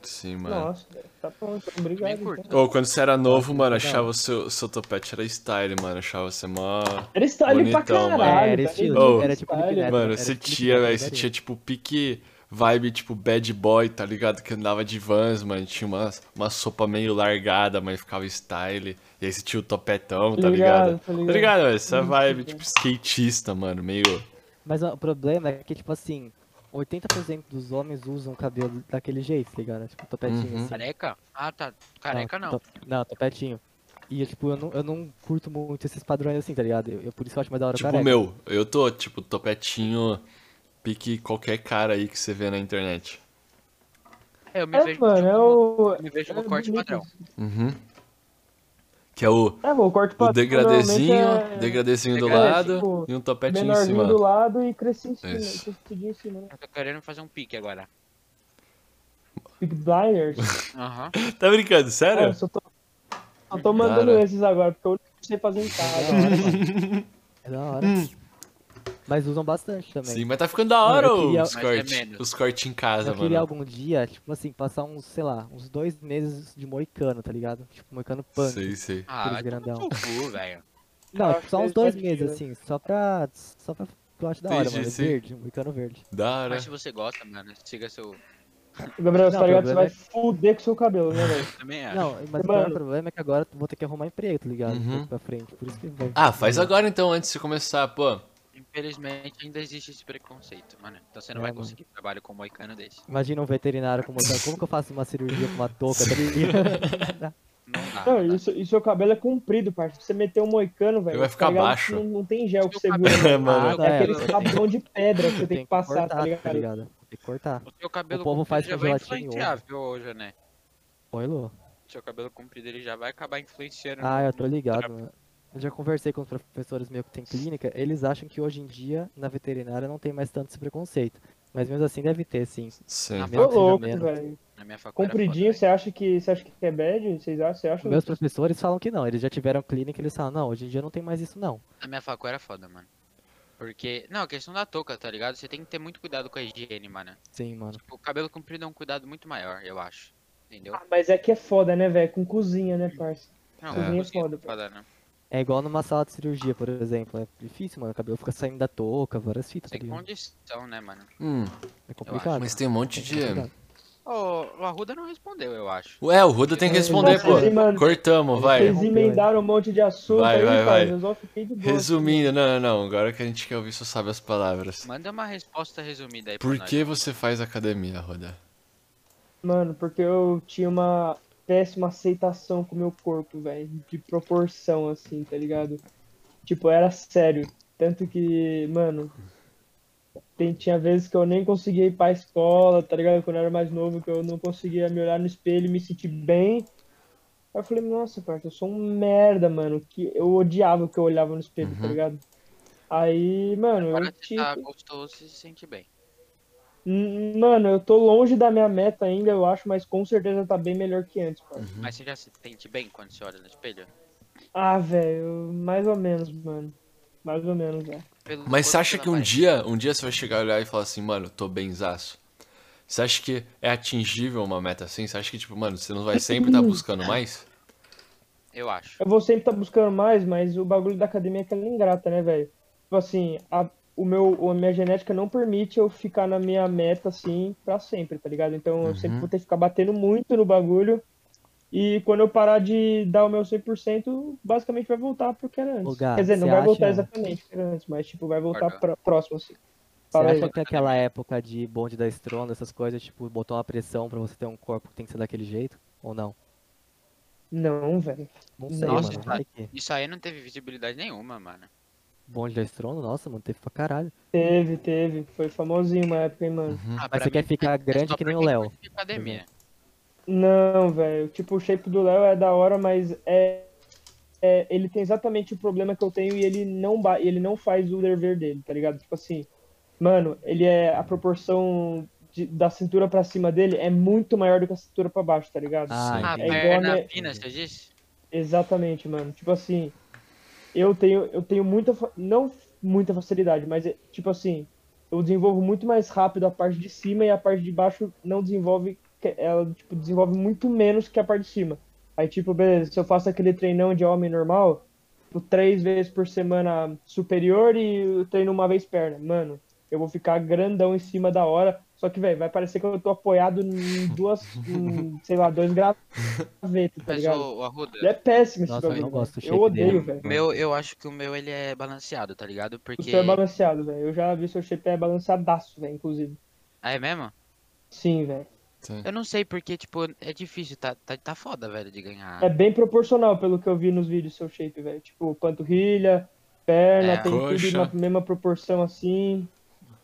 A: sim, mano.
D: Nossa, velho, tá bom, então, obrigado.
B: Bem curto.
D: então.
A: Ou quando você era novo, mano,
C: legal.
A: achava o seu, seu topete era style, mano. Achava você mó.
D: Era style pra
A: Bonitão, mano.
D: caralho.
C: É, era
D: tá
C: estilo,
D: ligado?
A: Oh.
C: era tipo Felipe
D: Style,
C: Neto,
A: Mano,
C: era
A: você
C: Felipe
A: tinha,
C: Neto,
A: velho, você
C: daria.
A: tinha tipo pique vibe tipo bad boy, tá ligado? Que andava de vans, mano, tinha uma, uma sopa meio largada, mas ficava style. E aí você tinha o topetão, tá
D: Tô ligado,
A: ligado?
D: tô ligado.
A: Tá ligado, velho? Essa
D: Hum,
A: vibe
D: tô
A: tipo skatista, mano, meio.
C: Mas ó, o problema é que, tipo assim, 80% dos homens usam cabelo daquele jeito, tá ligado? Tipo, topetinho
A: Uhum.
C: assim.
B: Careca? Ah, tá. Careca não.
C: to- Não, topetinho. E, eu, tipo, eu não, eu não curto muito esses padrões assim, tá ligado? Eu, eu- por isso que eu acho mais da hora o
A: Tipo,
C: careca.
A: meu, eu tô, tipo, topetinho, pique qualquer cara aí que você vê na internet.
B: É, Eu me
D: É,
B: vejo.
D: mano,
B: tipo,
D: é o.
B: Eu me vejo
D: é
B: no corte
D: bonito
B: padrão.
D: isso.
A: Uhum. Que é o,
D: É, bom, o corte
A: o
D: padrão
A: degradezinho,
D: normalmente é
A: degradezinho do
B: degradê,
A: lado
D: tipo,
A: e um topetinho em
D: menorzinho
A: cima.
D: do lado e cresce em cima.
A: Isso.
D: Crescidinho em cima, né?
B: Eu tô querendo fazer um pique agora.
D: Big Blinders.
B: Aham.
A: Tá brincando,
D: Cara,
A: sério?
D: eu só tô, só tô mandando
A: Cara.
D: esses agora, porque eu não sei fazer em casa.
C: É da hora. Mas usam bastante também.
A: Sim, mas tá ficando da hora
C: Não, eu queria-
A: os
B: Mas é
A: cortes.
B: menos.
A: os cortes em
C: Eu
A: casa, mano.
C: queria algum dia, tipo assim, passar uns, sei lá, uns dois meses de moicano, tá ligado? Tipo, moicano punk.
A: Sei, sei.
B: Ah, vai tomar
C: grandão.
B: no cu, velho.
C: Não,
D: Eu
C: tipo,
D: acho
C: só
D: que
C: uns
D: eles né?
C: dois
D: podem
C: meses,
D: tirar.
C: assim, só pra. Só pra. que Eu acho da hora,
A: Entendi,
C: mano.
A: sim.
C: Verde, moicano verde.
A: Da hora.
B: Mas se você gosta, mano, siga seu.
D: Gabriel, você
C: Não,
D: tá ligado? Você
C: problema
D: vai
C: é-
D: fuder com o seu cabelo, né, velho?
B: Também acho.
C: Não, mas o
D: Mano.
C: maior problema é que agora eu vou ter que arrumar emprego, tá ligado?
A: Uhum.
C: Daqui Pra frente. Por isso que vai.
A: Ah, faz agora então, antes de começar, pô.
B: Infelizmente ainda existe esse preconceito, mano. Então você não
C: É,
B: vai
C: mano.
B: conseguir trabalho com um moicano desse.
C: Imagina um veterinário com moicano. Como que eu faço uma cirurgia com uma touca, tá (laughs) ligado?
B: Não
C: Ah,
B: dá.
D: Não,
B: dá.
D: e, o
C: tá.
D: seu- e seu cabelo é comprido, parça. Se você meter um moicano, velho.
A: vai
D: tá
A: ficar
D: ligado?
A: baixo.
D: Não, não tem gel que
B: Seu
D: você
B: cabelo-
D: viu.
A: É, mano.
C: (laughs) Ah, não,
D: É
C: é,
D: aquele
C: você
D: sabão de pedra que você tem que passar,
C: cortar,
D: tá ligado?
C: Tá ligado? Tem que cortar.
B: O seu cabelo
C: povo
B: comprido
C: faz
B: já
C: com
B: vai
C: gelatina e
B: influenciar,
C: ovo.
B: viu, hoje, né?
C: Oi, Lu.
B: Seu cabelo comprido ele já vai acabar influenciando.
C: Ah,
B: no-
C: eu tô
B: no
C: ligado,
B: trabalho.
C: mano. Eu já conversei com os professores meus que tem clínica, eles acham que hoje em dia, na veterinária, não tem mais tanto esse preconceito. Mas mesmo assim deve ter, sim.
A: Sim.
B: Ah,
C: Mesmo
D: Ô
C: que seja
D: louco,
C: menos.
D: velho.
B: Na minha faculdade.
D: Compridinho, você acha que você acha que é bad? Vocês acham? Você acha?
C: Meus professores falam que não, eles já tiveram clínica, eles falam, não, hoje em dia não tem mais isso não.
B: Na minha facu era foda, mano. Porque. Não, a questão da touca, tá ligado? Você tem que ter muito cuidado com a higiene, mano.
C: Sim, mano.
B: O cabelo comprido é um cuidado muito maior, eu acho. Entendeu?
D: Ah, mas é que é foda, né, velho? Com cozinha, né, parça?
B: Não,
A: Cozinha
B: não
D: é
B: consigo
D: foda, pô.
B: falar, não.
C: É igual numa sala de cirurgia, por exemplo. É difícil, mano. O cabelo fica saindo da touca, várias fitas, tá
B: Sem
C: ligado?
B: condição, né, mano?
A: Hum,
C: É complicado.
A: mas tem um monte de.
C: complicado.
B: Ô, o Arruda não respondeu, eu acho.
A: Ué, o Ruda tem que responder, pô.
D: Vocês eman-
A: Cortamos, vai.
D: Vocês emendaram um monte de assunto
A: Vai,
D: aí,
A: vai,
D: parça.
A: vai.
D: Eu só fiquei de boa.
A: Resumindo, não, não, não. Agora que a gente quer ouvir, só sabe as palavras.
B: Manda uma resposta resumida aí pra
A: Por
B: nós.
A: que você faz academia, Ruda?
D: Mano, porque eu tinha uma péssima aceitação com o meu corpo, velho. De proporção, assim, tá ligado? Tipo, era sério. Tanto que, mano. Tem, tinha vezes que eu nem conseguia ir pra escola, tá ligado? Quando eu era mais novo, que eu não conseguia me olhar no espelho e me sentir bem. Aí eu falei, nossa, parça, eu sou um merda, mano. Que eu odiava o que eu olhava no espelho, tá ligado? Aí, mano, eu
B: Uhum. Agora você
D: tinha.
B: tá gostoso e se sente bem.
D: Hum, Mano, eu tô longe da minha meta ainda, eu acho, mas com certeza tá bem melhor que antes, cara.
B: Mas você já se sente bem quando você olha no espelho?
D: Ah, velho, mais ou menos, mano. Mais ou menos, é. velho.
B: Pelo
A: Mas
B: corpo,
A: você acha
B: pela
A: que um
B: aparência.
A: dia, um dia você vai chegar a olhar e falar assim, mano, eu tô benzaço? Você acha que é atingível uma meta assim? Você acha que, tipo, mano, você não vai sempre estar buscando mais?
B: Eu acho.
D: Eu vou sempre tá buscando mais, mas o bagulho da academia é que ela é ingrata, né, velho? Tipo assim, a, o meu, a minha genética não permite eu ficar na minha meta, assim, pra sempre, tá ligado? Então eu
C: Uhum.
D: sempre vou ter que ficar batendo muito no bagulho. E quando eu parar de dar o meu 100%, basicamente vai voltar pro que era antes.
C: Lugar,
D: Quer dizer, não
C: você
D: vai voltar
C: acha-
D: exatamente pro que era antes, mas, tipo, vai voltar
B: Concordo.
D: pra- próximo, assim.
C: Você
D: Fala aí.
C: acha que é aquela época de bonde da estrona, essas coisas, tipo, botou uma pressão pra você ter um corpo que tem que ser daquele jeito? Ou não?
D: Não, velho.
C: Não sei,
D: Nossa,
C: mano.
B: cara.
C: Olha aqui.
B: Isso aí não teve visibilidade nenhuma, mano.
C: Bonde da estrona, nossa, mano, teve pra caralho.
D: Teve, teve. Foi famosinho uma época, hein, mano.
B: Ah, pra
C: Mas você quer
B: mim,
C: ficar
B: é só
C: grande que
B: pra
C: nem o
B: quem
C: Léo.
B: curte Academia.
D: Não, velho. Tipo, o shape do Léo é da hora, mas é, é- Ele tem exatamente o problema que eu tenho e ele não, ba- ele não faz o dever dele, tá ligado? Tipo assim. Mano, ele é. A proporção de- da cintura pra cima dele é muito maior do que a cintura pra baixo, tá ligado?
C: Ah,
B: Ah,
C: entendi.
D: igual a
B: perna
D: minha-
B: fina, você disse?
D: Exatamente, mano. Tipo assim, eu tenho, eu tenho muita, fa- não muita facilidade, mas é, tipo assim, eu desenvolvo muito mais rápido a parte de cima e a parte de baixo não desenvolve, que- ela tipo desenvolve muito menos que a parte de cima. Aí tipo, beleza, se eu faço aquele treinão de homem normal, tipo, três vezes por semana superior e eu treino uma vez perna, mano, eu vou ficar grandão em cima da hora. Só que, velho, vai parecer que eu tô apoiado em duas, em, sei lá, dois gravetos, tá
B: Mas
D: ligado?
B: o, o Arruda,
D: Ele é péssimo esse
C: Nossa, eu
D: bagulho.
C: não gosto do
D: velho. Eu
C: shape dele.
D: odeio, velho.
B: o meu, eu acho que o meu ele é balanceado, tá ligado?
D: O
B: Porque.
D: seu é balanceado, velho. Eu já vi seu shape é balanceadaço, velho, inclusive.
B: Ah, é mesmo?
D: Sim, velho.
B: Eu não sei porque, tipo, é difícil, tá, tá, tá foda, velho, de ganhar.
D: É bem proporcional pelo que eu vi nos vídeos seu shape, velho. Tipo, panturrilha, perna,
B: É.
D: tem
A: Coxa.
D: tudo na mesma proporção assim.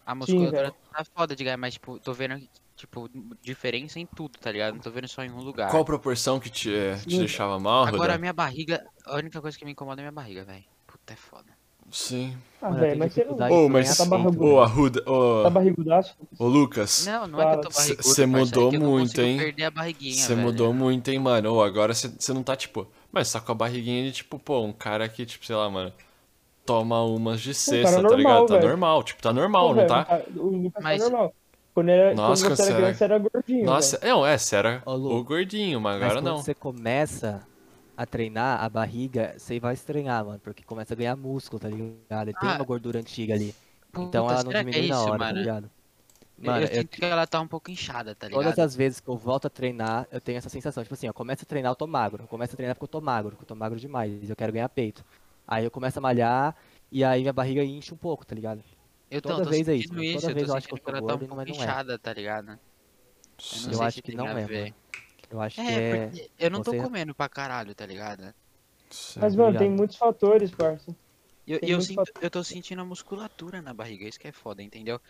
B: A musculatura tá foda de ganhar, mas, tipo, tô vendo, tipo, diferença em tudo, tá ligado? Não tô vendo só em um lugar.
A: Qual proporção que te, eh, te
D: Sim.
A: deixava mal,
B: Agora a
A: Rodé?
B: minha barriga, a única coisa que me incomoda é a minha barriga, velho. Puta, é foda.
A: Sim.
D: Ah,
C: Mano, eu
D: velho,
C: tenho
D: mas você não
C: dificuldade.
A: Ô,
C: ganhar
A: mas.
D: tá barrigudo.
A: Ô, Arruda. Ô,
D: tá barrigudaço.
A: ô, Lucas.
B: Não, não é que eu tô
A: Cara, cê-
B: barrigudo,
A: cê
B: parça, é
A: mudou
B: que eu não
A: muito,
B: consigo
A: hein?
B: perder a barriguinha,
A: Você
B: velho.
A: mudou muito, hein, mano? Ou agora você não tá, tipo. Mas tá com a barriguinha de, tipo, pô, um cara que, tipo, sei lá, mano. Toma umas de sexta, tá
D: normal,
A: ligado? Tá
D: velho.
A: normal, tipo, tá normal,
D: Pô,
A: não
D: velho,
A: tá?
D: O Lucas
B: Mas-
D: tá normal. Quando, era,
A: Nossa,
D: quando você era
A: cara,
D: criança, você era gordinho.
A: Nossa, não, é, você era
C: Ô, Lu,
A: o gordinho, mas
C: Mas
A: agora
C: quando
A: não.
C: você começa a treinar a barriga, você vai estranhar, mano, porque começa a ganhar músculo, tá ligado? Ele tem
B: Ah.
C: uma gordura antiga ali.
B: Puta,
C: Então ela não
B: será que é
C: diminui na
B: isso,
C: hora, tá
B: mano?
C: ligado?
B: Eu-
C: Mano, é
B: eu,
C: eu-
B: sinto que ela tá um pouco inchada, tá ligado?
C: todas as vezes que eu volto a treinar, eu tenho essa sensação. Tipo assim, eu começo a treinar, eu tô magro. Eu começo a treinar porque eu tô magro, porque eu tô magro demais. Eu quero ganhar peito. Aí eu começo a malhar e aí minha barriga inche um pouco, tá ligado?
B: Eu tô,
C: toda
B: eu tô
C: vez é isso,
B: sentindo
C: toda
B: isso, eu
C: vez
B: tô
C: eu acho que
B: sentindo
C: eu
B: que ela
C: tô
B: tá um
C: gordo,
B: pouco
C: mas não é.
B: inchada, tá ligado? Eu não
C: Eu
B: sei
C: acho
B: se
C: que
B: tem
C: não
B: a
C: é,
B: ver.
C: mano. Eu acho que
B: É,
C: é.
B: porque eu não tô
C: você-
B: comendo pra caralho, tá ligado?
A: Sim.
D: Mas, mano,
C: Obrigado.
D: tem muitos fatores, parça.
B: E eu,
D: Tem
B: e eu,
D: muito
B: sinto, eu tô sentindo a musculatura na barriga, isso que é foda, entendeu?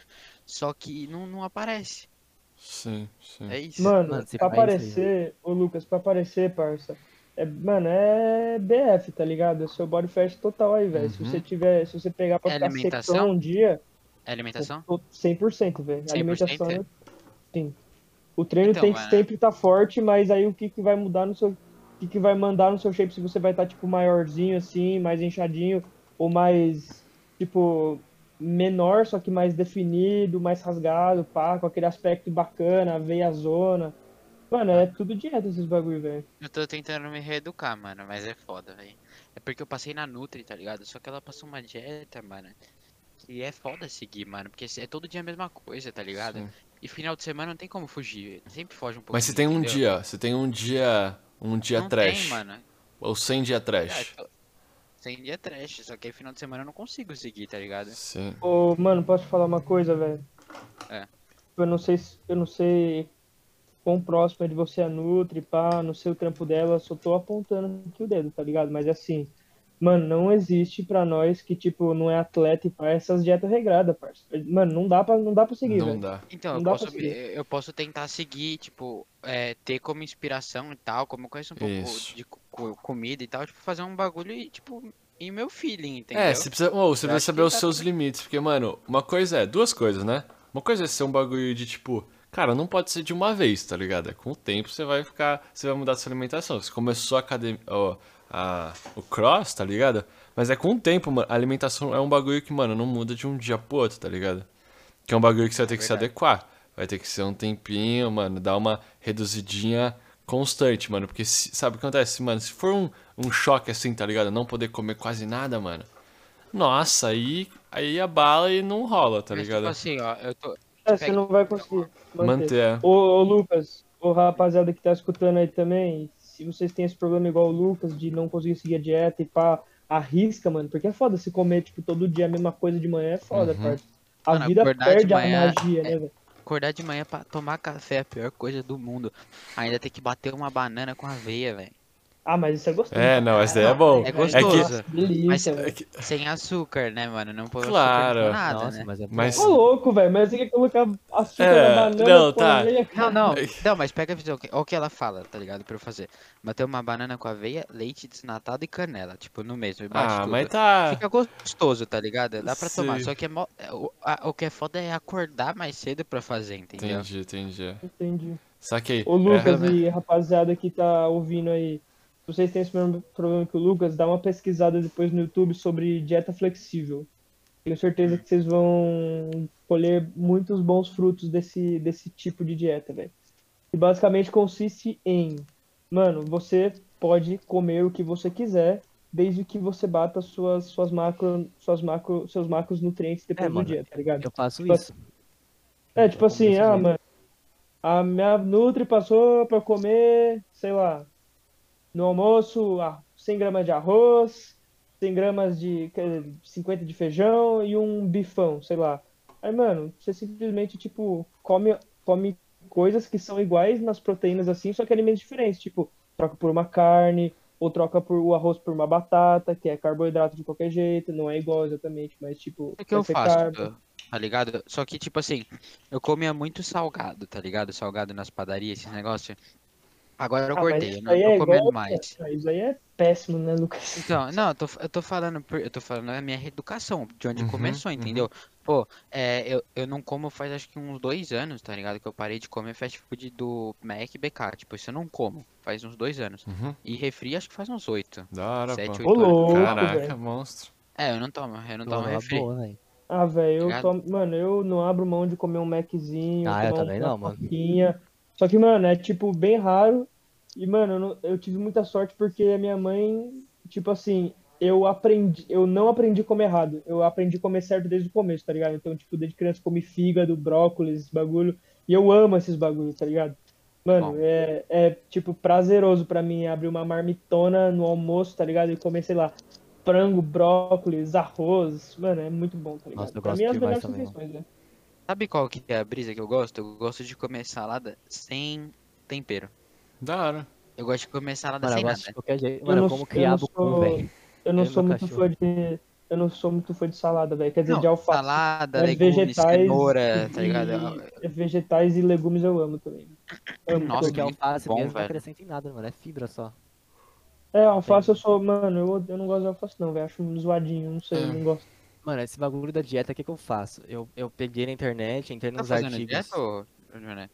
B: Só que não, não aparece.
A: Sim, sim.
B: É isso.
D: Mano,
C: Mano, se
D: pra
C: faz isso aí,
D: aparecer, ô Lucas, pra aparecer, parça, é, mano, é BF, tá ligado? É o seu body fat total aí, velho. Se
A: Uhum.
D: você tiver, se você pegar pra
B: É
D: ficar
B: alimentação?
D: secão um dia,
B: É alimentação?
D: tô 100%, velho.
B: 100%?
D: Alimentação é. Sim. O treino
B: Então,
D: tem que
B: mano.
D: sempre estar tá forte, mas aí o que, que vai mudar no seu. O que, que vai mandar no seu shape se você vai estar, tipo, maiorzinho assim, mais inchadinho, ou mais, tipo, menor, só que mais definido, mais rasgado, pá, com aquele aspecto bacana, veia zona. Mano, é tudo dieta esses bagulho, velho.
B: Eu tô tentando me reeducar, mano, mas é foda, velho. É porque eu passei na Nutri, tá ligado? Só que ela passou uma dieta, mano, que é foda seguir, mano, porque é todo dia a mesma coisa, tá ligado?
A: Sim.
B: E final de semana não tem como fugir, sempre foge um pouco.
A: Mas você tem um dia, você tem um dia. Um dia
B: não
A: trash.
B: Tem, mano.
A: Ou sem dia
B: Ah,
A: trash.
B: eu tô- Sem dia trash, só que aí final de semana eu não consigo seguir, tá ligado?
A: Sim.
D: Ô, mano, posso te falar uma coisa, velho? Tipo,
B: É.
D: Eu não sei, se- eu não sei quão próximo é de você a Nutri, pá, não sei o trampo dela, só tô apontando aqui o dedo, tá ligado? Mas assim, mano, não existe pra nós que, tipo, não é atleta e pá, essas dietas regradas, parça. Mano, não dá pra, não dá pra seguir,
A: não
D: velho.
A: dá.
B: Então,
D: Não
B: eu
D: dá pra
B: posso, me- eu posso tentar seguir, tipo, é, ter como inspiração e tal, como eu conheço um pouco
A: Isso.
B: de co- co- comida e tal, tipo, fazer um bagulho e, tipo, em meu feeling, entendeu?
A: É, você precisa, ô, você
B: Eu
A: precisa
B: acho que tá
A: saber os
B: dá
A: seus limites, porque, mano, uma coisa é, duas coisas, né? Uma coisa é ser um bagulho de tipo, cara, não pode ser de uma vez, tá ligado? É, com o tempo você vai ficar, você vai mudar sua alimentação. Você começou a academia, ó, a- o cross, tá ligado? Mas é com o tempo, mano, a alimentação é um bagulho que, mano, não muda de um dia pro outro, tá ligado? Que é um bagulho que você vai ter que se
B: verdade.
A: adequar. Vai ter que ser um tempinho, mano, dar uma reduzidinha constante, mano. Porque se- sabe o que acontece, mano? Se for um, um choque assim, tá ligado? Não poder comer quase nada, mano. Nossa, aí, aí a bala e não rola, tá
B: Mas,
A: ligado?
B: Tipo assim, ó, eu tô.
D: É, você não vai conseguir manter.
A: Manter.
D: Ô, ô, Lucas, ô rapaziada que tá escutando aí também, se vocês têm esse problema igual o Lucas, de não conseguir seguir a dieta e pá, arrisca, mano, porque é foda se comer, tipo, todo dia a mesma coisa de manhã, é foda,
A: Uhum.
D: parça. A
B: Mano,
D: vida
B: acordar de
D: perde
B: manhã é
D: a magia, né, velho?
B: Acordar de manhã pra tomar café é a pior coisa do mundo. Ainda tem que bater uma banana com aveia, velho.
D: Ah, mas isso é gostoso.
A: É, não, essa daí é bom. que-
B: É gostoso.
D: Nossa, delícia,
B: Mas-
D: velho.
A: É que-
B: Sem açúcar, né, mano? Não pôr
A: Claro.
B: açúcar com nada,
C: Nossa,
B: né?
C: mas é bom.
A: Mas-
D: Ô, louco, velho, mas você quer colocar açúcar
A: É,
D: na banana?
A: não,
D: pô,
A: tá.
D: meia-
B: Não, não, não, mas pega a visão. que- Olha o que ela fala, tá ligado? Pra eu fazer. Bater uma banana com aveia, leite desnatado e canela, tipo, no mesmo. e bate
A: Ah,
B: tudo.
A: mas tá.
B: Fica gostoso, tá ligado? Dá pra tomar.
A: Sim.
B: Só que é mó- é, o, a- o que é foda é acordar mais cedo pra fazer, entendeu?
A: Entendi, entendi.
D: Entendi.
A: Saquei.
D: Ô Lucas
A: É,
D: e rapaziada que tá ouvindo aí, se vocês têm esse mesmo problema que o Lucas, dá uma pesquisada depois no YouTube sobre dieta flexível. Tenho certeza que vocês vão colher muitos bons frutos desse, desse tipo de dieta, velho. E basicamente consiste em, mano, você pode comer o que você quiser, desde que você bata suas, suas macro, suas macro, seus macros nutrientes depois
C: É,
D: do
C: mano,
D: dia, tá ligado?
C: Eu faço
D: Tipo
C: isso.
D: É, tipo
C: Eu
D: assim,
C: começo
D: ah,
C: mesmo.
D: mano, a minha Nutri passou pra eu comer, sei lá, no almoço, ah, 100 gramas de arroz, 100 gramas de, quer dizer, 50 de feijão e um bifão, sei lá. Aí, mano, você simplesmente, tipo, come, come coisas que são iguais nas proteínas assim, só que alimentos diferentes, tipo, troca por uma carne, ou troca por o arroz por uma batata, que é carboidrato de qualquer jeito, não é igual exatamente, mas tipo,
B: O que eu
D: vai ser
B: faço?
D: carbo.
B: Eu, tá ligado? Só que, tipo assim, eu comia muito salgado, tá ligado? Salgado nas padarias, esse negócio. Agora eu
D: Ah, mas
B: cortei, eu
D: isso
B: não
D: aí
B: tô
D: é
B: comendo
D: igual-
B: mais.
D: Isso aí é péssimo, né, Lucas?
B: Então, não, eu tô, eu tô falando, por- eu tô falando da minha reeducação, de onde
A: Uhum,
B: começou,
A: uhum.
B: entendeu? Pô, é, eu, eu não como faz acho que uns dois anos, tá ligado? Que eu parei de comer fast food do Mac e BK, tipo, isso eu não como, faz uns dois anos.
A: Uhum.
B: E refri acho que faz uns oito.
A: Da hora,
B: Sete,
A: pô.
D: Ô, louco,
A: Caraca,
D: velho.
A: monstro.
B: É, eu não tomo, eu não tomo
C: Não, é
B: refri.
C: boa, velho.
D: Ah, velho, eu
B: Obrigado.
D: tomo- mano, eu não abro mão de comer um Maczinho,
C: Ah, eu
D: tomar
C: também
D: uma
C: não, mano.
D: coquinha. Só que, mano, é tipo bem raro. E, mano, eu, não- eu tive muita sorte porque a minha mãe, tipo assim, eu aprendi, eu não aprendi a comer errado. Eu aprendi a comer certo desde o começo, tá ligado? Então, tipo, desde criança eu comi fígado, brócolis, esses bagulho. E eu amo esses bagulhos, tá ligado? Mano,
B: Bom.
D: é, é tipo prazeroso pra mim abrir uma marmitona no almoço, tá ligado? E comer, sei lá, frango, brócolis, arroz. Mano, é muito bom, tá ligado?
C: Nossa, eu
D: pra
C: gosto
D: mim é as
C: demais
D: melhores
C: também,
D: refeições, né?
B: Sabe qual que é a brisa que eu gosto? Eu gosto de comer salada sem tempero.
A: Da hora.
B: Eu gosto de comer salada
C: Mano, eu
B: sem
C: gosto de
B: nada.
C: qualquer jeito. Mano, eu
D: não-
C: como
D: eu não
C: quiabo cru,
D: sou-
C: velho.
D: Eu não
C: Eu e
D: sou
C: meu
D: muito fã de. Eu não sou muito fã de salada, velho. Quer dizer,
B: Não,
D: de alface.
B: salada,
D: Mas
B: legumes,
D: vegetais
B: cenoura, tá
D: e-
B: ligado?
D: Vegetais e legumes eu amo também. Amo.
B: Nossa,
C: Porque
B: muito
C: alface
B: bom,
C: mesmo não
B: velho.
C: acrescenta em nada, mano. É fibra só.
D: É, alface eu sou. Mano, eu, odeio- eu não gosto de alface, não, velho. Acho um zoadinho, não sei,
A: É.
D: não gosto.
C: Mano, esse bagulho da dieta, o que que eu faço? Eu, eu peguei na internet, entrei
B: Tá
C: nos
B: fazendo
C: artigos.
B: dieta, ô, Joné?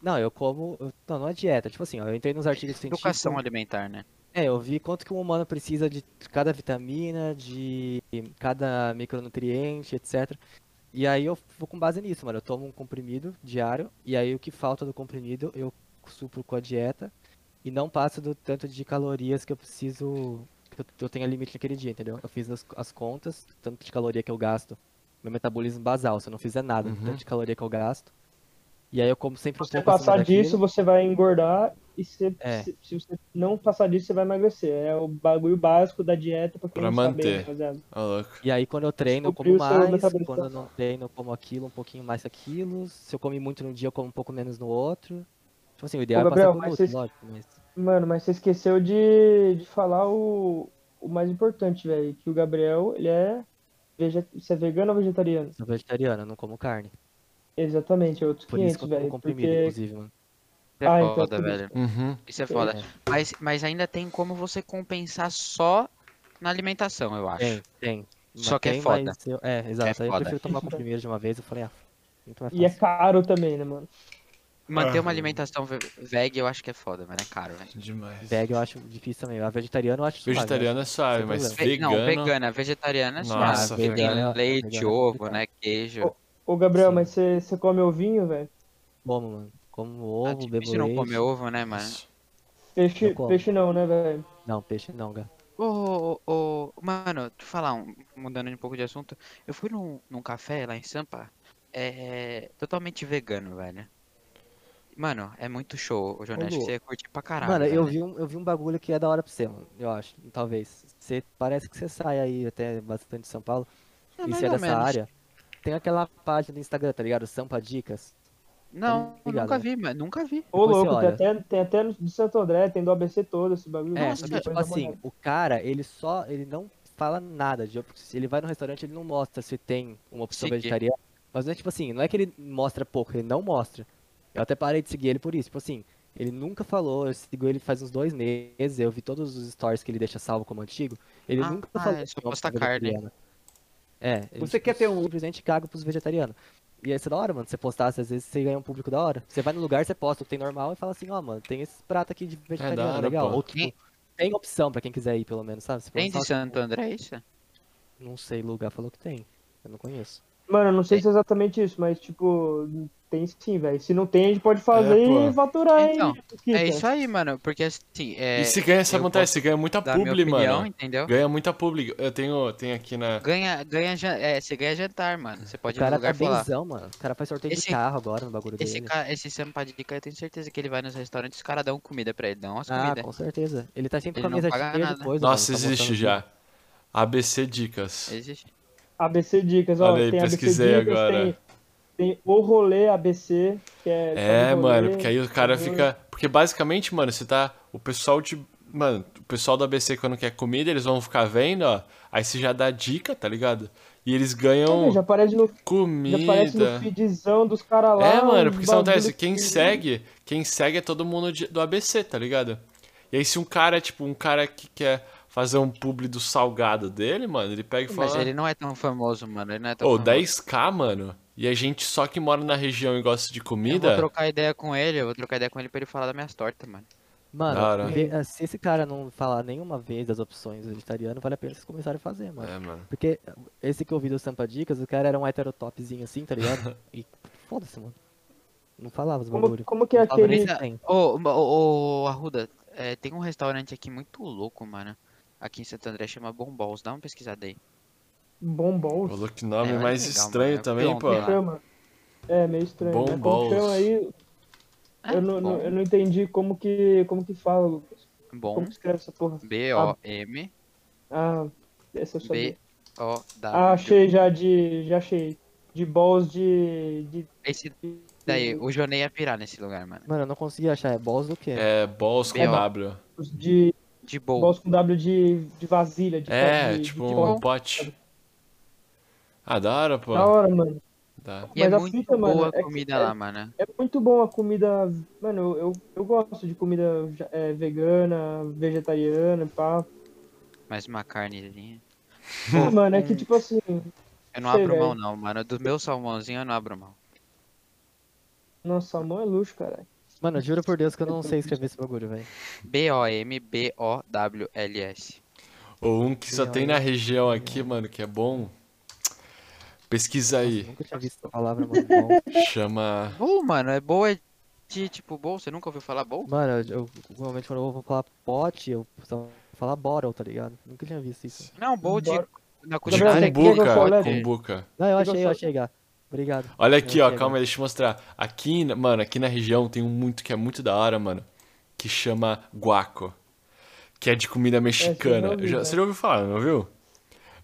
C: Não, eu como. eu- Não, não é dieta. Tipo assim, ó, eu entrei nos artigos científicos.
B: Educação alimentar, né?
C: É, eu vi quanto que um humano precisa de cada vitamina, de cada micronutriente, etc. E aí eu vou com base nisso, mano. Eu tomo um comprimido diário, e aí o que falta do comprimido eu supro com a dieta e não passo do tanto de calorias que eu preciso, que eu, que eu tenha limite naquele dia, entendeu? Eu fiz as, as contas, do tanto de caloria que eu gasto, meu metabolismo basal, se eu não fizer nada, do
A: Uhum.
C: tanto de caloria que eu gasto. E aí eu como sempre um
D: Se você
C: pouco acima
D: passar
C: daquilo.
D: disso, você vai engordar. E se,
C: É.
D: se, se você não passar disso, você vai emagrecer. É o bagulho básico da dieta pra, quem
A: Pra
D: não
A: manter.
D: Saber, rapaziada.
A: Ô, louco.
C: E aí quando eu treino, eu como
D: Descobri o seu
C: mais,
D: metabolismo
C: quando eu
D: basal.
C: não treino, eu como aquilo, um pouquinho mais aquilo. Se eu comi muito num dia, eu como um pouco menos no outro. Tipo assim, o ideal é passar
D: Gabriel,
C: por
D: mas
C: outro,
D: vocês-
C: lógico, mas...
D: Mano, mas você esqueceu de, de falar o, o mais importante, velho. Que o Gabriel, ele é. Veget... Você é vegano ou vegetariano?
C: Sou vegetariano, eu não como carne.
D: Exatamente, é outros
C: Por isso
D: 500,
C: que eu
D: velho.
C: como comprimido,
D: Porque...
C: inclusive, mano.
B: Isso é
D: Ah, então
B: foda,
D: tudo bem.
B: velho.
A: Uhum.
B: Isso é foda.
C: É.
B: Mas, mas ainda tem como você compensar só na alimentação, eu acho.
C: Tem, tem.
B: Só que é
C: tem,
B: foda.
C: mas eu- É, exato. Aí eu
B: foda.
C: prefiro tomar comprimido de uma vez, eu falei, ah, muito mais
D: E é
C: fácil.
D: caro também, né, mano?
B: Manter uma
A: Ah.
B: alimentação ve- veg eu acho que é foda, mano. É caro, velho.
A: Demais.
C: Veg eu acho difícil também. A vegetariana eu acho suave, eu acho-
A: Vegetariano é suave,
C: Sem
A: mas
B: Ve-
A: vegano.
B: Não, vegana, vegetariana é suave.
A: Nossa,
B: porque tem
C: vegana-
B: leite,
C: vegana é
B: ovo,
C: complicado.
B: né? Queijo.
D: Ô, Gabriel,
C: Sim.
D: mas você, você come ovinho, velho?
C: Como, mano. Como
B: Tá
C: ovo, bebo
B: difícil não comer
C: leite.
B: ovo, né, mano?
A: Nossa.
D: Peixe,
C: Eu como.
D: peixe não, né, velho?
C: Não, peixe não, cara.
B: Ô, ô, ô, mano, te falar, um- mudando um pouco de assunto, eu fui num, num café lá em Sampa, é totalmente vegano, velho. Mano, é muito show, ô Jonas, acho que
C: Lu,
B: você ia curtir pra caralho.
C: Mano, eu
B: velho.
C: vi, um, eu vi um bagulho que é da hora pra você, mano. Eu acho, talvez. Você, parece que você sai aí até bastante de São Paulo.
B: É,
C: e
B: mais
C: você é
B: ou
C: dessa
B: menos.
C: área. Tem aquela página do Instagram, tá ligado? Sampa Dicas.
B: Não, eu
C: tá ligado,
B: nunca
C: né?
B: vi, mano, nunca vi.
D: Ô,
C: Depois você
D: louco, tem
C: olha.
D: até, tem até no, do Santo André, tem do ABC todo esse bagulho.
C: É,
D: Nossa,
C: só que,
D: depois
C: tipo
D: dá uma
C: assim,
D: olhada.
C: o cara, ele só, ele não fala nada de op- Ele vai no restaurante, ele não mostra se tem uma opção
B: Segui.
C: vegetariana. Mas não é tipo assim, não é que ele mostra pouco, ele não mostra. Eu até parei de seguir ele por isso. Tipo assim, ele nunca falou, eu sigo ele faz uns dois meses, eu vi todos os stories que ele deixa salvo como antigo. Ele
B: Ah,
C: nunca falou
B: ele
C: que
B: só
C: é uma
B: posta
C: opção
B: carne.
C: vegetariana. É, ele
E: Você quer ter um-
C: simplesmente caga pros vegetarianos. E aí, isso é da hora, mano. Você postasse, às vezes você ganha um público da hora. Você vai no lugar, você posta o que tem normal e fala assim, ó, mano, tem esse prato aqui de vegetariano,
A: hora,
C: legal.
A: pô.
C: Ou, tipo,
B: Tem-
C: tem opção pra quem quiser ir, pelo menos, sabe? Se
B: Tem de
C: pensar,
B: Santo André isso?
C: (laughs) Não sei, lugar falou que tem. Eu não conheço.
D: Mano, eu não sei se é exatamente isso, mas, tipo, tem sim, velho. Se não tem, a gente pode fazer
A: É, pô.
D: e faturar, hein?
B: Então,
D: Kika?
B: É isso aí, mano, porque assim, é,
A: E se ganha essa
B: eu
A: vantagem,
B: posso
A: se ganha muita
B: dar minha
A: publi,
B: opinião, então.
A: mano.
B: entendeu?
A: Ganha muita publi. Eu tenho, tenho aqui na.
B: Ganha, ganha, jan- é, você ganha jantar, mano, você
C: O
B: pode ir no
C: cara tá
B: lugar e falar.
C: benzão, mano. O cara faz sorteio
B: Esse-
C: de carro agora no bagulho
B: Esse
C: dele.
B: cara, esse Sampadica, eu tenho certeza que ele vai nos restaurantes, os caras dão é comida pra ele, dão as
C: Ah,
B: comidas.
C: com certeza. Ele tá sempre
B: Ele
C: com
B: não
C: a mesa
B: paga
C: cheia
B: nada.
C: de coisa.
A: Nossa,
C: mano, tá
A: existe
C: mostrando
A: já. ABC Dicas.
B: Existe.
D: ABC Dicas, ó,
A: Olha aí,
D: tem ABC
A: pesquisei
D: Dicas,
A: agora.
D: tem, tem o rolê ABC, que é.
A: É,
D: só um rolê, tá
A: mano, porque aí o cara
D: rolê.
A: fica. Porque basicamente, mano, você tá. O pessoal de, Mano, o pessoal do ABC quando quer comida, eles vão ficar vendo, ó. Aí você já dá dica, tá ligado? E eles ganham
D: Já aparece no, já aparece no
A: comida.
D: feedzão dos caras lá.
A: É, mano, porque
D: um
A: isso
D: bagulho
A: acontece. Quem
D: que-
A: segue, quem segue é todo mundo de- do ABC, tá ligado? E aí se um cara, tipo, um cara que quer fazer um publi do salgado dele, mano, ele pega e
B: Mas
A: fala...
B: ele não é tão famoso, mano. Ele não é tão
A: Ô,
B: famoso.
A: 10k, mano. E a gente só que mora na região e gosta de
B: Eu vou
A: comida.
B: trocar ideia com ele, eu vou trocar ideia com ele pra ele falar das minhas tortas, mano.
A: Cara.
C: Mano, vê- ah, se esse cara não falar nenhuma vez das opções vegetariano, vale a pena vocês começarem a fazer, mano.
A: É, mano.
C: Porque esse que eu vi do Sampa Dicas, o cara era um heterotopzinho assim, tá
A: (laughs)
C: ligado? E foda-se, mano. Não falava os
D: Como,
C: bagulho.
D: como que é
C: Não falava nem
D: aquele.
B: Favorita-
C: tem.
B: Ô, ma- ô, ô, Arruda, é, tem um restaurante aqui muito louco, mano. Aqui em Santo André chama Bombols. Dá uma pesquisada aí.
D: Bombons.
A: Falou que nome
B: É, mas
A: mais
B: é legal,
A: estranho
B: mano. É
A: também,
B: pronto,
A: pô.
B: né?
D: Chama. É, meio estranho. né? Como
A: Bombons.
D: que chama aí?
B: Ah,
D: Eu não, não-
B: bom,
D: eu não entendi como que, como que fala,
B: bom.
D: como que escreve essa porra.
B: B-O-M.
D: Ah, essa eu sabia.
B: B-O-W.
D: Ah, achei já de, já achei. De balls de, de,
B: Esse
D: de-
B: daí, o Jonei ia pirar nesse lugar, mano.
C: Mano, eu não conseguia achar. É balls do quê?
A: É, Balls com
B: B.O..
A: W.
D: de
B: De boa.
D: balls com W de, de vasilha, de
A: É,
D: de- de
A: tipo
D: pote.
A: um pote. Ah, da hora, pô.
D: Da hora, mano.
A: Da-
B: E é
D: Mas a
B: muito
D: fita, mano,
B: boa
D: é que-
B: a comida
D: é-
B: lá, mano.
D: É muito bom a comida, mano, eu, eu, eu gosto de comida é, vegana, vegetariana, pá.
B: Mais uma carnezinha.
D: Ah, mano, é que
B: hum.
D: tipo assim,
B: Eu não
D: Sei,
B: abro mão,
D: velho.
B: não, mano. Do meu salmãozinho eu não abro mão.
D: nossa, salmão é luxo, cara.
C: Mano, eu juro por Deus que eu não sei escrever esse bagulho, velho.
B: B-O-M-B-O-W-L-S.
A: Ou um que só tem na região aqui, mano, que é bom. Pesquisa aí.
C: Nunca tinha visto essa palavra,
A: (laughs)
C: mano. Balls.
A: Chama.
B: Boa, mano. É boa de tipo boa. Você nunca ouviu falar boa?
C: Mano, eu, eu- normalmente quando eu vou falar pote, eu só vou falar bottle, tá ligado? Nunca tinha visto isso.
B: Não, boa de.
D: Bora.
B: Na
D: Gabriel,
B: culinária
D: tem que ver
B: grega,
D: qual
A: Cumbuca.
D: é?
B: pode-
A: Cumbuca.
C: Não, eu
D: Eu
C: achei, eu
D: gostava.
C: achei, Gá. Obrigado.
A: Olha
C: Eu
A: aqui, ó,
C: achei,
A: calma
C: Gá.
A: aí, deixa eu mostrar. Aqui, na- mano, aqui na região tem um muito que é muito da hora, mano. Que chama guaco. Que é de comida mexicana.
D: ouvi,
A: Eu já-
C: né?
D: já.
A: Você já ouviu falar, não ouviu?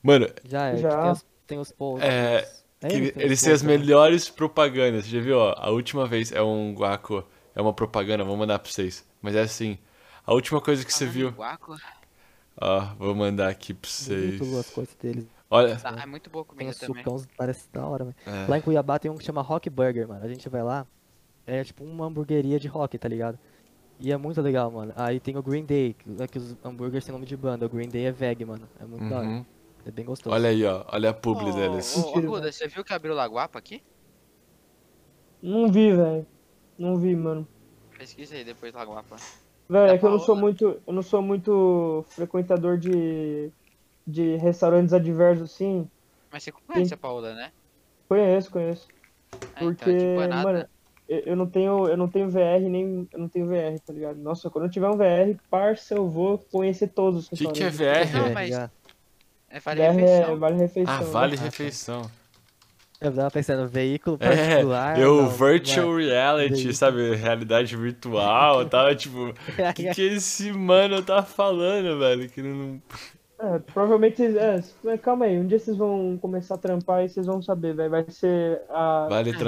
A: Mano,
C: Já é,
D: Já.
C: tem os, tem os polls.
A: É, que
C: É, tem
A: ele-
C: os
A: eles têm as
C: polls, né?
A: melhores propagandas. Você já viu, ó? A última vez é um guaco. É uma propaganda, vou mandar pra vocês. Mas é assim. A última coisa que você
B: Falando
A: viu.
B: em guaco,
A: Ó, vou mandar aqui pra vocês.
C: Muito boa as coisas deles.
A: Olha.
B: tá, é muito boa a
C: Tem um
B: comida
C: os
B: também.
C: sucãos, parece da hora, velho.
A: É.
C: Lá em Cuiabá tem um que chama Rock Burger, mano. A gente vai lá, é tipo uma hamburgueria de rock, tá ligado? E é muito legal, mano. Aí tem o Green Day, que, é que os hambúrgueres têm nome de banda. O Green Day é veg, mano. É muito da hora.
A: Uhum.
C: É bem gostoso.
A: Olha aí, ó. Olha a publi deles.
B: Ô, ô, Arruda, você viu que abriu Laguapa aqui?
D: Não vi, velho. Não vi, mano.
B: Pesquisa aí depois Laguapa.
D: Velho,
B: Da
D: é que eu não sou
B: Paola.
D: muito, eu não sou muito frequentador de, de restaurantes adversos, assim.
B: Mas você conhece a Paola, né?
D: Conheço, conheço.
B: Ah,
D: Porque,
B: então, tipo, é nada.
D: mano, eu, eu não tenho, eu não tenho VR nem, eu não tenho VR, tá ligado? Nossa, quando eu tiver um VR, parça, eu vou conhecer todos os
A: O que, que é
D: restaurantes.
A: VR?
B: Não,
C: É,
B: mas-
C: já.
B: é
D: VR
B: vale a refeição.
D: é vale refeição.
A: Ah,
D: né?
A: vale refeição.
C: Eu tava pensando, veículo
A: É,
C: particular.
A: eu,
C: não,
A: virtual
C: não
A: reality,
C: Daí.
A: sabe? Realidade virtual
D: (laughs)
A: e tal. Tipo,
C: é.
A: o que, que esse mano tá falando, velho? Que não.
D: É, provavelmente, vocês- é, mas calma aí, um dia vocês vão começar a trampar e vocês vão saber, velho. Vai ser a.
A: Vale
B: Eu não aguento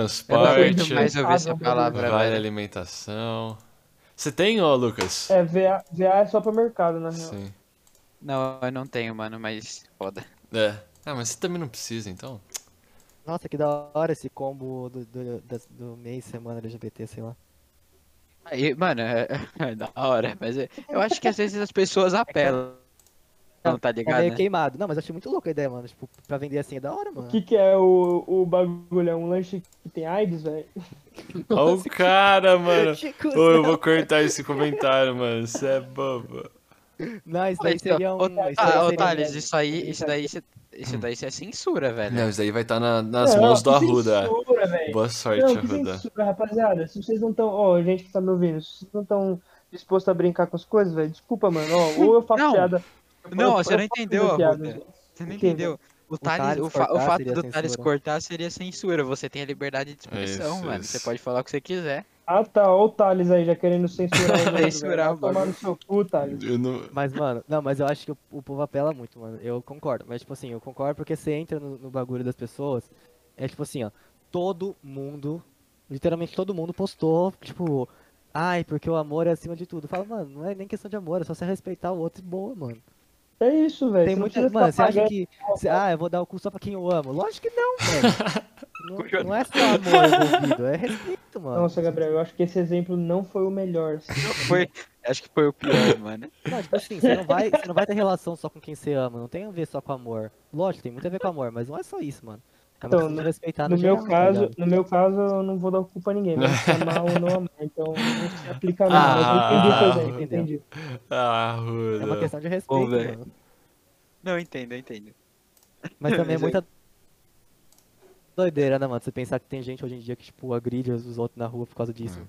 A: transporte.
B: mais ouvir essa
D: Vale
B: palavra,
A: Vale
B: velho.
A: alimentação. Você tem, ô Lucas?
D: É, VA, VA é só pra mercado, na real.
A: Sim.
B: Não, eu não tenho, mano, mas foda.
A: É. Ah, mas você também não precisa, então.
C: Nossa, que da hora esse combo do, do, das- do mês, semana LGBT, sei lá.
B: Aí, mano, é, é da hora, mas é- eu acho que às vezes as pessoas
C: É
B: apelam. Não, É, tá
C: Tá
B: ligado?
C: meio
B: né?
C: queimado. Não, mas eu achei muito louca a ideia, mano. Tipo, pra vender assim é da hora, mano. (laughs)
D: O que, que é o, o bagulho? É um lanche que tem AIDS, velho?
A: Olha o cara, mano.
C: Chico, (laughs)
A: Ô, eu vou cortar esse comentário, mano. Você é bobo.
C: Não, isso daí
B: Então,
C: seria um.
B: ô,
C: isso daí
B: Ah, ô,
C: seria- um-
B: Thales, isso aí, isso daí, isso, isso daí isso é censura, velho.
A: Não, isso daí vai estar nas
D: Não,
A: mãos do
D: que
A: Arruda.
D: Censura, velho.
A: Boa sorte,
D: Não, que
A: Arruda.
D: censura, rapaziada. Se vocês não estão. Ó, gente que tá me ouvindo, se vocês não estão dispostos a brincar com as coisas, velho, desculpa, mano. Ó, ou eu faço
B: Não.
D: piada. eu-
B: Não,
D: eu-
B: você
D: eu
B: não
D: faço
B: entendeu,
D: piada,
B: Arruda.
D: velho.
B: Você não
D: O quê?
B: entendeu. O, Thales,
C: Thales
B: o, fa- o
C: cortar
B: fato
C: seria
B: do Thales
C: censura.
B: cortar seria censura. Você tem a liberdade de expressão,
A: Isso,
B: mano.
A: isso.
B: Você pode falar o que você quiser.
D: Ah, tá. Ó, o Thales aí já querendo censurar
B: (laughs)
D: o outro,
B: Censurar
D: velho.
B: o
D: Vai tomar
B: bagulho.
D: no seu cu, Thales.
A: Eu não...
C: Mas, mano, não, mas eu acho que o, o povo apela muito, mano. Eu concordo. Mas, tipo assim, eu concordo porque você entra no, no bagulho das pessoas. É tipo assim, ó. Todo mundo, literalmente todo mundo postou, tipo, Ai, porque o amor é acima de tudo. Fala, mano, não é nem questão de amor, é só você respeitar o outro e boa, mano.
D: É isso, velho.
C: Tem
D: você não
C: muita.
D: precisa
C: Mano, você
D: ficar
C: acha
D: pagando-
C: que. cê- ah, eu vou dar o cu só pra quem eu amo. Lógico que não,
D: (laughs)
C: velho. não, não é só amor envolvido, é respeito, mano.
D: Nossa, Gabriel, eu acho que esse exemplo não foi o melhor. assim.
B: Foi, acho que foi o pior, mano.
C: Não, tipo assim, você não, vai, você não vai ter relação só com quem você ama, não tem a ver só com amor. Lógico, tem muito a ver com amor, mas não é só isso, mano. É uma
D: Então,
C: questão de respeitar
D: No meu
C: geral, tá
D: caso,
C: ligado?
D: no meu caso, eu não vou dar culpa a ninguém,
A: (laughs)
D: mas se amar ou não amar, então não se aplica não.
A: Ah,
D: mas eu entendi o seu exemplo,
C: entendeu.
D: entendi.
A: Ah,
C: É uma
A: Ruda.
C: questão de respeito,
B: velho.
C: mano.
B: Não, eu entendo, eu entendo.
C: Mas também
B: Mas aí-
C: é muita doideira, né, mano? Você pensar que tem gente hoje em dia que, tipo, agride os outros na rua por causa disso.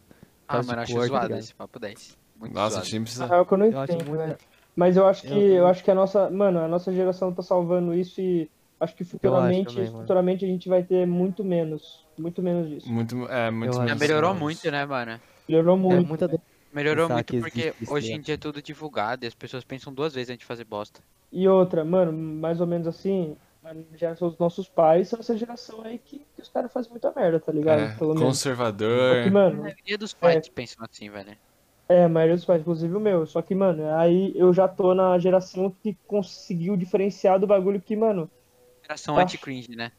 B: Ah,
C: Faz de
B: mano, eu acho
C: cor, tá
B: zoado
C: ligado?
B: esse papo 10. Muito
A: Nossa, a
B: zoado.
A: gente precisa.
D: Ah, é o que eu não
C: Eu acho
D: entendo,
C: muito-
D: velho. Mas eu acho que
C: Eu
D: eu acho que a nossa, mano, a nossa geração tá salvando isso e acho que futuramente,
C: também, mano.
D: futuramente a gente vai ter muito menos, muito menos disso.
A: Muito, é, muito
C: Ah, Eu
A: menos
C: acho.
B: Já melhorou
A: sinais.
B: muito, né, mano?
D: Melhorou
C: É
D: muito.
C: muita
D: (laughs)
C: doideira.
B: Melhorou
C: Pensar
B: muito
C: que
B: porque
C: existe
B: hoje
C: isso,
B: em dia é tudo divulgado e as pessoas pensam duas vezes antes de fazer bosta.
D: E outra, mano, mais ou menos assim, a geração dos nossos pais são essa geração aí que, que os caras fazem muita merda, tá ligado?
A: É,
D: Pelo menos. Só que,
A: conservador.
B: A
D: mano,
B: maioria dos pais pensam assim, velho.
D: É, a maioria dos pais, inclusive o meu. Só que, mano, aí eu já tô na geração que conseguiu diferenciar do bagulho que, mano.
B: Geração
D: Tá.
B: anti-cringe, né?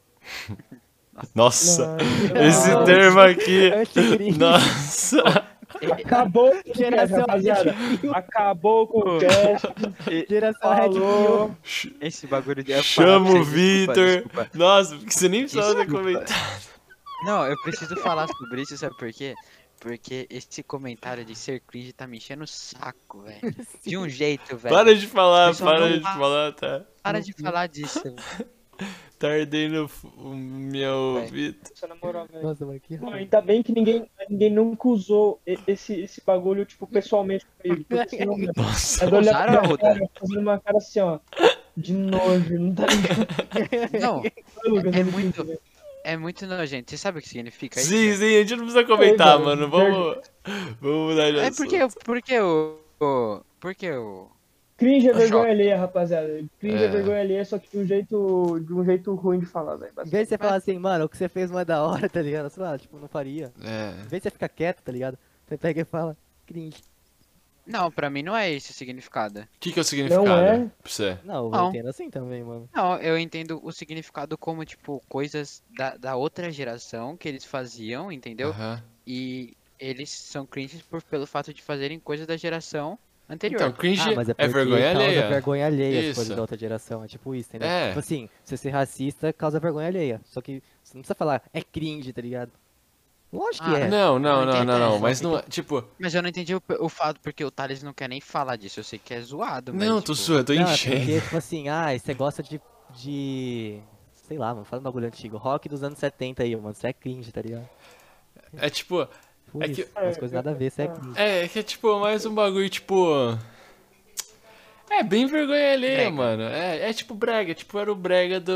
A: Nossa,
D: na-
A: (laughs) esse
D: na-
A: termo aqui.
C: (laughs) Antigrinho.
A: Nossa.
D: Acabou com o podcast,
C: Geração
D: rapaziada. Acabou com o cast.
C: (laughs) Geração Red
D: Falou.
C: Pill.
A: Ch-
B: Esse bagulho de. eu ia
A: Chama
B: falar pra
A: o
B: vocês, desculpa,
A: Vitor.
B: desculpa.
A: Nossa, porque você nem precisava ter
B: Desculpa.
A: comentado.
B: Não, eu preciso falar sobre isso, sabe por quê? Porque esse comentário de ser cringe tá me enchendo o saco, velho. De um jeito, velho.
A: Para de falar,
B: Pessoal,
A: para
B: não
A: de
B: vai.
A: falar, tá?
B: Para de falar disso.
A: Tá ardendo o f- o meu
B: Vai.
A: ouvido.
D: Nossa, na moral, velho.
C: Nossa, mano, que
D: Pô,
C: raiva.
D: ainda bem que ninguém, ninguém nunca usou e- esse, esse bagulho, tipo, pessoalmente com ele. Porque senão, mano,
A: Nossa.
D: eu tô olhando
B: Usaram,
D: pra
B: Ruda?
D: cara, fazendo uma cara assim, ó. De nojo, não tá ligado?
B: Não,
D: Lucas?
B: é muito.
D: né?
B: É muito nojento. Você sabe o que significa isso?
A: Sim, sim, a gente não precisa comentar,
D: velho,
A: mano. Vamos. Vamos mudar de
B: É
A: assunto.
B: porque, porque o. o- Porque o.
D: Cringe é
B: Choque.
D: vergonha alheia, rapaziada. Cringe é.
A: É.
D: vergonha alheia, só que de um jeito, de um jeito ruim de falar, velho.
C: Em vez de você falar assim, mano, o que você fez não é da hora, (laughs) tá ligado? Você fala, tipo, não faria. Em
A: É.
C: vez de você ficar quieto, tá ligado? Você pega e fala, cringe.
B: Não, pra mim não é esse o significado.
A: O que, que é o significado
D: é?
A: pra você?
C: Não, eu
B: Não.
C: entendo assim também, mano.
B: Não, eu entendo o significado como, tipo, coisas da, da outra geração que eles faziam, entendeu?
A: Aham.
B: E eles são cringes por, pelo fato de fazerem coisas da geração anterior.
A: Então, cringe
C: Ah, mas é
A: é
C: porque
A: vergonha
C: causa
A: alheia.
C: vergonha alheia as
A: Isso.
C: coisas da outra geração. É tipo isso, entendeu?
A: É.
C: Tipo assim, você ser racista causa vergonha alheia. Só que você não precisa falar, é cringe, tá ligado? Lógico que
B: Ah,
C: é.
A: Não, não, não, não, não.
B: Entendi.
A: Mas não é. Tipo,
B: Mas eu não entendi o, o fato, porque o Thales não quer nem falar disso. Eu sei que é zoado, mas.
A: não, tô
B: tipo,
A: suando, tô
C: Não, é
A: enchendo.
C: porque, tipo assim, ah, você gosta de, de... Sei lá, mano, fala um bagulho antigo. Rock dos anos 70 aí, mano, você é cringe, tá ligado?
A: É tipo.
C: Por
A: É
C: isso,
A: que-
C: umas coisas nada a ver, você é cringe.
A: É, é que é tipo mais um bagulho, tipo. É bem vergonha alheia,
B: Brega.
A: mano. É, é tipo brega, tipo era o brega do.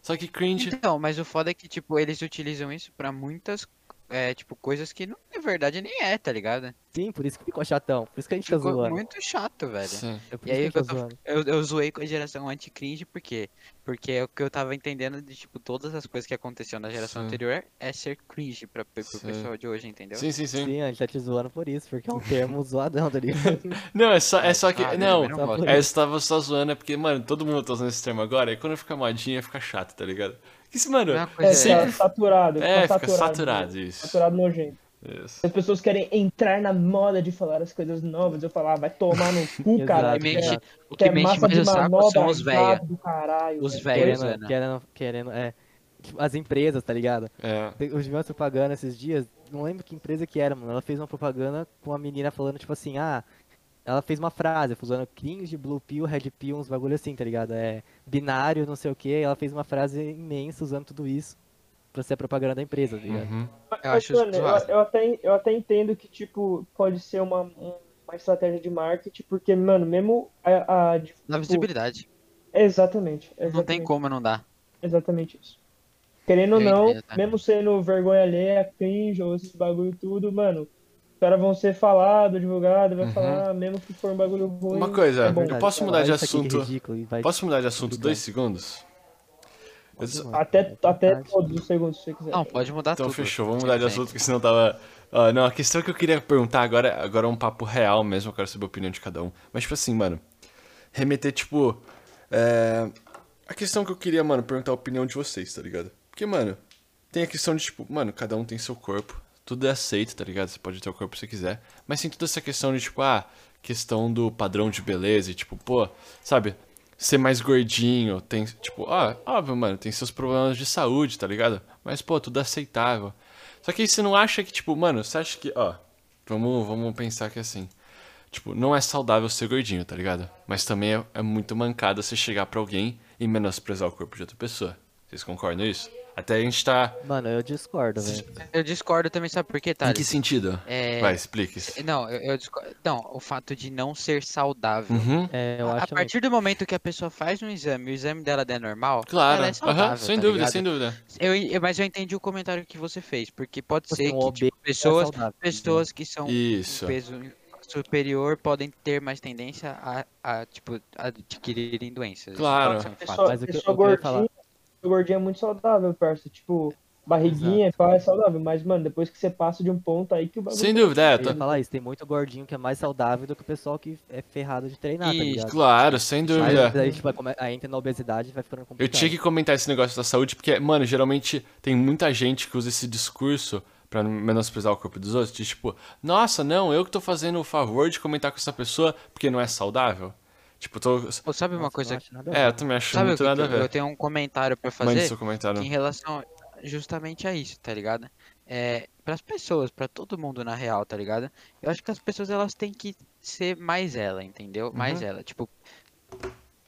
A: Só que cringe.
B: Então, mas o foda é que, tipo, eles utilizam isso pra muitas, é, tipo, coisas que não é verdade nem é, tá ligado?
C: Sim, por isso que ficou chatão, por isso que a gente tá
B: Ficou
C: zoando.
B: muito chato, velho.
A: Sim.
C: É por
B: E
C: isso
B: aí
C: que a
B: que eu
C: gente tá
B: tô-
C: zoando.
B: Eu, eu zoei com a geração anti-cringe, por quê? Porque é o que eu tava entendendo de, tipo, todas as coisas que aconteceu na geração
A: Sim.
B: anterior é ser cringe pra, pro
A: Sim.
B: pessoal de hoje, entendeu?
A: Sim, sim, sim.
C: Sim, a gente tá te zoando por isso, porque é um termo zoadão, tá
A: (laughs)
C: ligado?
A: Não, é só, é só que.
B: Ah,
A: Não,
B: eu
C: Só
B: gosto.
C: por
A: é, eu tava só zoando, é porque, mano, todo mundo tá usando esse termo agora, e quando fica modinha fica chato, tá ligado? Isso, mano.
B: Não é uma
D: É,
B: coisa-
A: sempre- (laughs)
D: tá saturado.
A: É, fica
D: né?
A: saturado isso.
D: Saturado nojento.
A: Isso.
D: As pessoas querem entrar na moda de falar as coisas novas. Eu falar, ah, vai tomar no cu,
C: Exato,
B: O
D: caralho.
B: que mexe,
D: Que
C: exato.
B: o
D: que
B: que
D: é
B: mexe
D: massa
B: mais
D: de
B: o saco são
D: manobra, tipo,
B: os velhos.
D: do caralho.
B: Os
D: velho.
B: velho,
D: Coisa-
B: né?
C: querendo, querendo, querendo, é. Tipo, as empresas, tá ligado?
A: É.
C: Tem- Eu vi uma propaganda esses dias, não lembro que empresa que era, mano. Ela fez uma propaganda com a menina falando, tipo assim, ah, ela fez uma frase, usando cringe, blue pill, red pill, uns bagulho assim, tá ligado? É binário, não sei o que. Ela fez uma frase imensa usando tudo isso pra ser a propaganda da empresa, tá ligado?
A: Uhum.
B: Eu
D: Mas,
B: acho
D: mano, eu,
B: zoado.
D: eu até, eu até entendo que, tipo, pode ser uma, um- uma estratégia de marketing, porque, mano, mesmo a. a- tipo,
B: Dá visibilidade.
D: Exatamente,
B: Não tem
D: exatamente.
B: como não dar.
D: Exatamente isso. Querendo ou
B: Eu
D: não,
B: entendo, tá?
D: mesmo sendo vergonha alheia, cringe ou esses bagulho tudo, mano, os caras vão ser falado, divulgado, vai
A: Uhum.
D: falar, mesmo que for um bagulho ruim.
A: Uma coisa,
D: é bom.
A: eu posso mudar
C: Olha
A: de
C: isso aqui que
A: assunto?
C: ridículo, e vai-
A: Posso mudar de assunto dois segundos? Eu só-
C: mano.
D: Até, até
C: Verdade.
D: todos os segundos, se você quiser.
B: É Não, pode mudar
A: Então
B: tudo.
A: fechou, vamos mudar de
B: 100%.
A: assunto, porque senão tava. Ah, não, a questão que eu queria perguntar agora, agora é um papo real mesmo, eu quero saber a opinião de cada um. Mas, tipo assim, mano, remeter, tipo. é, A questão que eu queria, mano, perguntar a opinião de vocês, tá ligado? Porque, mano, tem a questão de, tipo, mano, cada um tem seu corpo, tudo é aceito, tá ligado? Você pode ter o corpo que você quiser, mas tem toda essa questão de, tipo, ah, questão do padrão de beleza e, tipo, pô, sabe? Ser mais gordinho, tem, tipo, ah, óbvio, mano, tem seus problemas de saúde, tá ligado? Mas, pô, tudo é aceitável. Só que aí você não acha que, tipo, mano, você acha que, ó, vamos, vamos pensar que assim. Tipo, não é saudável ser gordinho, tá ligado? Mas também é, é muito mancada você chegar pra alguém e menosprezar o corpo de outra pessoa. Vocês concordam isso? Até a gente tá.
C: Mano, eu discordo, velho.
B: Eu discordo também, sabe por quê,
A: Em
B: Thales?
A: que sentido?
B: É-
A: Vai, explique isso.
B: Não, eu, eu discordo. Não, o fato de não ser saudável.
A: Uhum.
C: É, eu
B: a
C: acho
B: partir do momento que a pessoa faz um exame, o exame dela der normal,
A: Claro.
B: ela é
A: Aham,
B: saudável,
A: sem
B: tá
A: dúvida,
B: ligado?
A: sem dúvida.
B: Eu, eu- mas eu entendi o comentário que você fez, porque pode
C: Tipo
B: ser
C: assim, um
B: que tipo,
C: obeso
B: pessoas,
C: saudável,
B: pessoas que são
A: Isso.
B: com um peso superior podem ter mais tendência a, a, tipo, adquirirem doenças. Isso
A: Claro.
B: pode ser um fato.
D: Pessoa,
C: mas o que-
D: pessoa
C: o que eu ia
D: gordinha,
C: falar-
D: pessoa gordinha é muito saudável, parça. Tipo, barriguinha, pá, é saudável. Mas, mano, depois que você passa de um ponto aí que o bagulho.
A: Sem dúvida, é.
C: Eu
A: tá-
C: ia falar isso, tem muito gordinho que é mais saudável do que o pessoal que é ferrado de treinar, tá
B: Isso,
C: ligado?
A: Claro, sem dúvida.
C: Mas aí, tipo, aí come- aí entra na obesidade e vai ficando
A: Eu
C: complicado.
A: tinha é que comentar esse negócio da saúde, porque, mano, geralmente tem muita gente que usa esse discurso pra menosprezar o corpo dos outros, de tipo, nossa, não, eu que tô fazendo o favor de comentar com essa pessoa porque não é saudável. Tipo, tô.
B: Pô, sabe uma
C: Nossa,
B: coisa?
C: não acho nada a
A: É,
C: ver.
A: eu também acho
B: Sabe o
A: muito
B: que
A: nada a
B: que eu, eu
A: ver.
B: tenho um comentário pra fazer?
A: Mande seu comentário.
B: em relação justamente a isso, tá ligado? É, para as pessoas, pra todo mundo na real, tá ligado? Eu acho que as pessoas elas têm que ser mais ela, entendeu? Mais
A: Uhum.
B: ela, tipo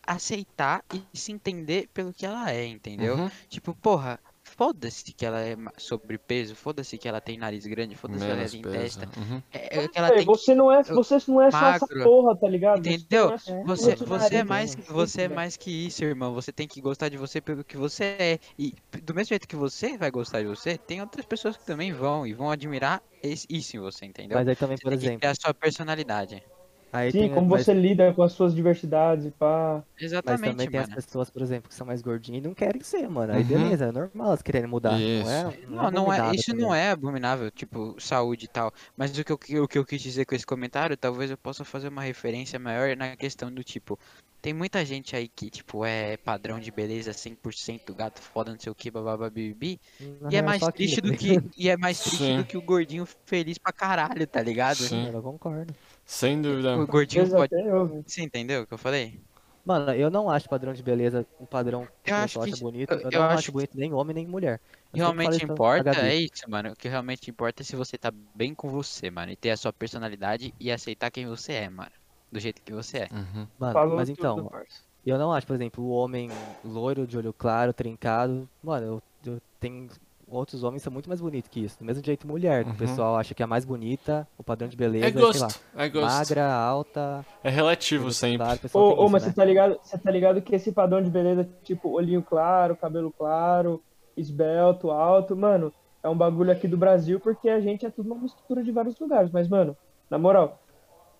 B: aceitar e se entender pelo que ela é, entendeu?
A: Uhum.
B: Tipo, porra, foda-se que ela é ma- sobrepeso, foda-se que ela tem nariz grande, foda-se que ela
A: Menos
B: tem
A: peso.
B: testa.
A: Uhum.
B: É, é que ela
D: Ei,
B: tem que-
D: você não é, você não é só essa
B: Magro.
D: porra, tá ligado? Você
B: Entendeu?
D: não é só
B: Você,
D: esse
B: você é
D: nariz, né?
B: mais,
D: mano.
B: você é
D: Isso,
B: mais que isso, irmão. Você tem que gostar de você pelo que você é. E p- do mesmo jeito que você vai gostar de você, tem outras pessoas que também vão e vão admirar es- isso em você, entendeu?
C: Mas aí também,
B: Você
C: por
B: tem que
C: exemplo,
B: ter a sua personalidade.
C: aí
D: Sim,
C: tem,
D: como
C: mas,
D: você lida com as suas diversidades e pá.
C: mas também
B: Exatamente,
C: tem as
B: mano.
C: pessoas, por exemplo, que são mais gordinhas e não querem ser, mano. Aí
A: Uhum.
C: beleza, é normal elas quererem mudar. Não
B: Não,
C: é,
B: não é,
C: abominável
B: isso
C: também.
B: não é abominável, tipo, saúde e tal. Mas o que, eu, o que eu quis dizer com esse comentário, talvez eu possa fazer uma referência maior na questão do tipo. Tem muita gente aí que, tipo, é padrão de beleza 100%, gato foda, não sei o que, bababá, bibi.
C: Na
B: E é
C: real,
B: mais
C: só aquilo,
B: triste do
C: tá
B: que
C: (laughs)
B: e é mais triste
A: Sim.
B: do que o gordinho feliz pra caralho, tá ligado?
A: (laughs) Sim.
C: Mano, eu concordo.
A: Sem dúvida.
B: O gordinho
D: Às vezes
B: pode.
D: até eu, velho.
B: Você entendeu o que eu falei?
C: Mano, eu não acho padrão de beleza um padrão que
B: Eu
C: o
B: acho
C: pessoal
B: que-
C: acha bonito.
B: eu-
C: Eu,
B: eu
C: não
B: acho
C: acho bonito nem homem nem mulher. Eu sempre falo
B: Realmente
C: isso pra- pra
B: importa
C: Gabi.
B: é isso, mano. O que realmente importa é se você tá bem com você, mano, e ter a sua personalidade e aceitar quem você é, mano, do jeito que você é.
A: Uhum.
C: Mano,
D: Falou
C: mas
D: tudo,
C: então,
D: parça.
C: eu não acho, por exemplo, o homem loiro, de olho claro, trincado. Mano, eu, eu tenho. Outros homens que são muito mais bonitos que isso. Do mesmo jeito, mulher. que
A: Uhum.
C: O pessoal acha que é a mais bonita, o padrão de beleza,
A: É
C: sei lá,
A: gosto. É gosto.
C: magra, alta.
A: É relativo
C: olho
A: sempre.
C: claro, o pessoal
D: Ô,
C: tem
D: ô,
C: isso,
D: mas
C: né?
D: você tá ligado, você tá ligado que esse padrão de beleza, tipo, olhinho claro, cabelo claro, esbelto, alto, mano, é um bagulho aqui do Brasil porque a gente é tudo uma mistura de vários lugares, mas mano, na moral,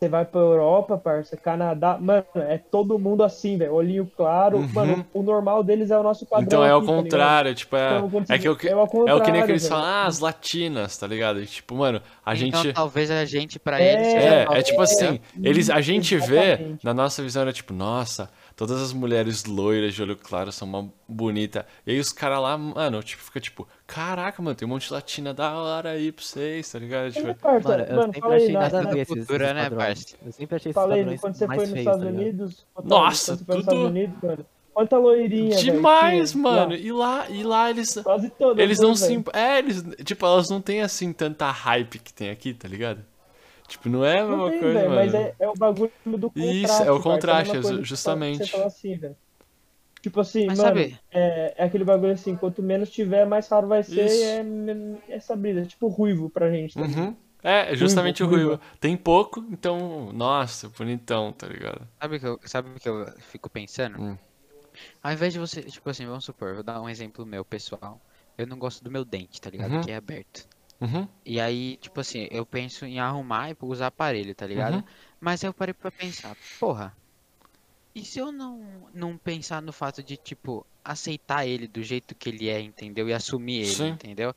D: você vai pra Europa, parça, Canadá, mano, é todo mundo assim, velho, olhinho claro,
A: Uhum.
D: mano, o normal deles é o nosso padrão.
A: Então é ao
D: aqui, tá ligado?
A: contrário, tipo, é.
D: Então, quando
A: É
D: você-
A: que eu, que-
D: é ao
A: é o que nem
D: contrário,
A: aqueles
D: velho.
A: falam, ah, as latinas, tá ligado? E, tipo, mano, a
B: então
A: gente.
B: talvez a gente pra
D: É,
B: eles seja
A: É, é tipo assim, eles, a gente vê,
D: Exatamente.
A: na nossa visão era tipo, nossa, todas as mulheres loiras de olho claro são uma bonita. E aí os caras lá, mano, tipo, fica tipo, caraca, mano, tem um monte de latina da hora aí pra vocês, tá ligado?
D: Mas,
A: Tipo,
D: parça,
C: Mano, eu
D: mano,
C: sempre
D: fala aí,
C: achei
D: na-
C: nada a
D: na-
C: ver esses, esses
B: cultura, né,
C: padrões.
B: parça?
C: Eu sempre achei esses
D: Falei,
C: padrões
D: quando você foi
C: mais
D: nos
C: feios,
D: Estados
C: tá ligado?
D: Unidos. Otávio,
A: Nossa,
D: quando você foi nos
A: tudo-
D: Estados Unidos, mano. Quanta loirinha. velho, Tá
A: demais,
D: tinha,
A: mano.
D: lá.
A: E lá, e lá eles.
D: Quase todas.
A: Eles não
D: né,
A: se.
D: velho?
A: imp- É, eles. Tipo, elas não têm assim tanta hype que tem aqui, tá ligado? Tipo, não é a
D: Não
A: mesma
D: tem,
A: coisa,
D: velho, mas
A: mano.
D: é, é o bagulho do contraste.
A: Isso, é o
D: parça,
A: contraste,
D: a mesma coisa que
A: justamente.
D: Você fala assim, velho. Tipo assim,
B: Mas
D: mano,
B: sabe-
D: é, é aquele bagulho assim, quanto menos tiver, mais raro vai ser,
A: Isso.
D: e é men- essa brisa, tipo ruivo pra gente. tá ligado?
A: Uhum. É, justamente o
D: ruivo.
A: ruivo. Tem pouco, então. Nossa, bonitão, tá ligado?
B: Sabe o que eu, sabe o que eu fico pensando?
A: Hum.
B: Ao invés de você, tipo assim, vamos supor, vou dar um exemplo meu, pessoal. Eu não gosto do meu dente, tá ligado?
A: Uhum.
B: Que é aberto.
A: Uhum.
B: E aí, tipo assim, eu penso em arrumar e usar aparelho, tá ligado?
A: Uhum.
B: Mas aí eu parei pra pensar, porra, E se eu não, não pensar no fato de, tipo, aceitar ele do jeito que ele é, entendeu? E assumir ele,
A: Sim.
B: entendeu?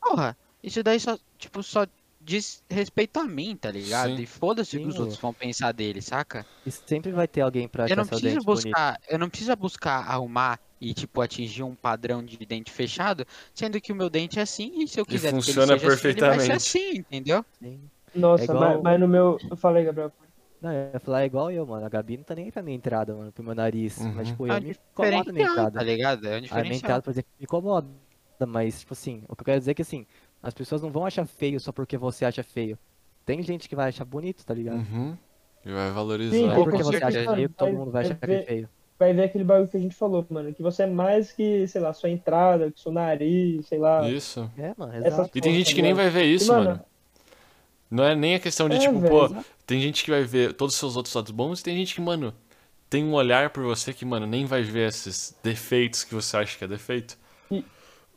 B: Porra, isso daí só, tipo, só diz respeito a mim, tá ligado?
A: Sim.
B: E foda-se o que os
C: Sim.
B: outros vão pensar dele, saca?
C: E sempre vai ter alguém pra
B: eu não
C: caçar o
B: preciso
C: dente bonito.
B: buscar, eu não preciso buscar arrumar e tipo atingir um padrão de dente fechado, sendo que o meu dente é assim e se eu quiser
A: funciona
B: que ele seja assim, ele vai
A: perfeitamente.
B: ser assim, entendeu?
C: Sim. É
D: Nossa,
C: igual-
D: mas, mas no meu. Eu falei, Gabriel.
C: Não, eu ia falar igual eu, mano. A Gabi não tá nem pra minha entrada, mano, pro meu nariz.
A: Uhum.
C: Mas, tipo,
B: É
C: eu
B: um
C: me incomodo a minha
B: diferencial,
C: entrada.
B: tá ligado? É um
C: A minha
B: diferencial.
C: entrada, por exemplo, me incomoda. Mas, tipo assim, o que eu quero dizer é que, assim, as pessoas não vão achar feio só porque você acha feio. Tem gente que vai achar bonito, tá ligado?
A: Uhum. E vai
D: Sim,
C: Não
A: valorizar.
C: é
D: com
C: porque você acha
D: certeza.
C: feio que todo
D: Vai-
C: mundo vai
D: vai
C: achar que é
D: ver-
C: feio.
D: Vai ver aquele bagulho que a gente falou, mano. Que você é mais que, sei lá, sua entrada, que seu nariz, sei lá.
A: Isso.
C: É, mano,
D: Essas
C: exato.
A: E tem
D: Pô,
A: gente que nem
D: mano.
A: vai ver isso,
D: Mano,
A: mano. Não é nem a questão de,
D: É,
A: tipo,
D: velho,
A: pô,
D: exato.
A: tem gente que vai ver todos os seus outros lados bons e tem gente que, mano, tem um olhar por você que, mano, nem vai ver esses defeitos que você acha que é defeito.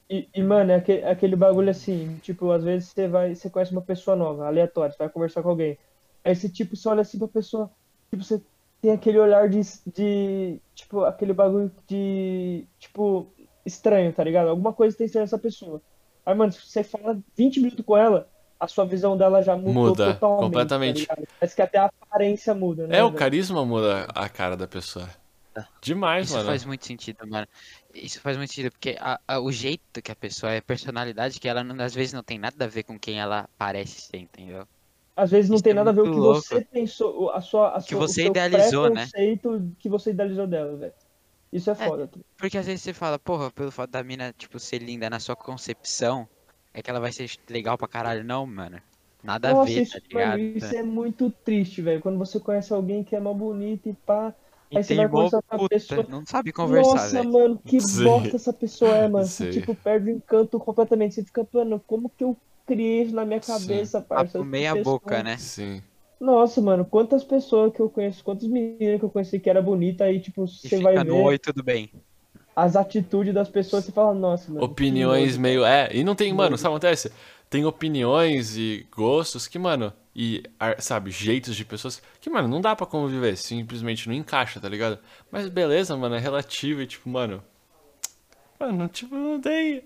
D: E, e, mano, é aque- aquele, bagulho assim, tipo, às vezes você vai, você conhece uma pessoa nova, aleatória, você vai conversar com alguém. Aí você, tipo, você olha assim pra pessoa, tipo, você tem aquele olhar de, de tipo, aquele bagulho de, tipo, estranho, tá ligado? Alguma coisa tem estranho nessa pessoa. Aí, mano, se você fala 20 minutos com ela, a sua visão dela já mudou
A: Muda,
D: totalmente,
A: completamente.
D: tá ligado? Parece que até a aparência muda, né?
A: É, o
D: velho?
A: carisma muda a cara da pessoa. Demais,
B: É. Isso
A: mano.
B: faz muito sentido, mano. Isso faz muito sentido, porque a- a- o jeito que a pessoa é, a personalidade que ela não- às vezes não tem nada a ver com quem ela parece ser, entendeu?
D: Às vezes não
B: Isso
D: tem
B: é
D: nada a ver o
B: muito
D: que
B: louco.
D: você pensou, a sua, a sua, o
B: você
D: seu
B: idealizou, né?
D: preconceito que você idealizou dela, velho. Isso é foda. tá?
B: Porque às vezes você fala, porra, pelo fato da mina, tipo, ser linda na sua concepção, é que ela vai ser legal pra caralho. Não, mano. Nada a
D: Nossa,
B: ver,
D: isso,
B: tá
D: mano,
B: ligado?
D: isso é muito triste, velho. Quando você conhece alguém que é mó bonito e pá.
B: E
D: Aí você
B: tem
D: vai
B: mó
D: conversar com a
B: puta,
D: pessoa.
B: Não sabe conversar,
D: Nossa,
B: velho.
D: mano, que
A: Sim.
D: bosta essa pessoa é, mano. Você,
A: Sim.
D: tipo, perde o encanto completamente. Você fica, mano, como que eu criei isso na minha
A: Sim.
D: cabeça, parça?
B: Papo
D: Essa
B: meia
D: pessoa-
B: boca, né?
A: Sim.
D: Nossa, mano, quantas pessoas que eu conheço, quantas meninas que eu conheci que era bonita aí, tipo,
B: E
D: você vai
B: fica
D: ver
B: no oi, tudo bem.
D: as atitudes das pessoas, você fala, nossa, mano. que
A: Opiniões
D: nojo,
A: meio. É, e não tem, mano,
D: Nojo.
A: sabe o que acontece? Tem opiniões e gostos que, mano, e, ar- sabe, jeitos de pessoas que, mano, não dá pra conviver, simplesmente não encaixa, tá ligado? Mas beleza, mano, é relativo e, tipo, mano. Mano, tipo, não tem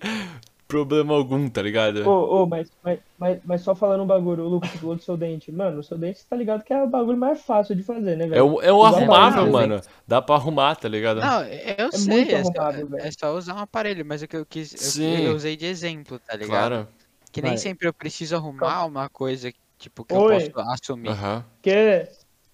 A: problema algum, tá ligado?
D: Ô, ô, mas, mas, mas, mas só falando um bagulho, o Lucas você falou do seu dente. Mano, o seu dente você tá ligado que é o bagulho mais fácil de fazer, né,
A: É
D: velho?
A: o, é o
D: Dá pra
A: arrumável,
D: arrumar,
A: mano. Dá pra arrumar, tá ligado?
B: Não, eu
D: É
B: sei,
D: muito
B: é, só,
D: arrumado, velho.
B: é só usar um aparelho, mas o que eu quis, eu,
A: Sim.
B: eu usei de exemplo, tá ligado?
A: claro.
B: Que nem
C: Vai.
B: sempre eu preciso arrumar uma coisa, tipo, que
D: Oi.
B: eu posso assumir. (laughs)
A: Aham.
D: Porque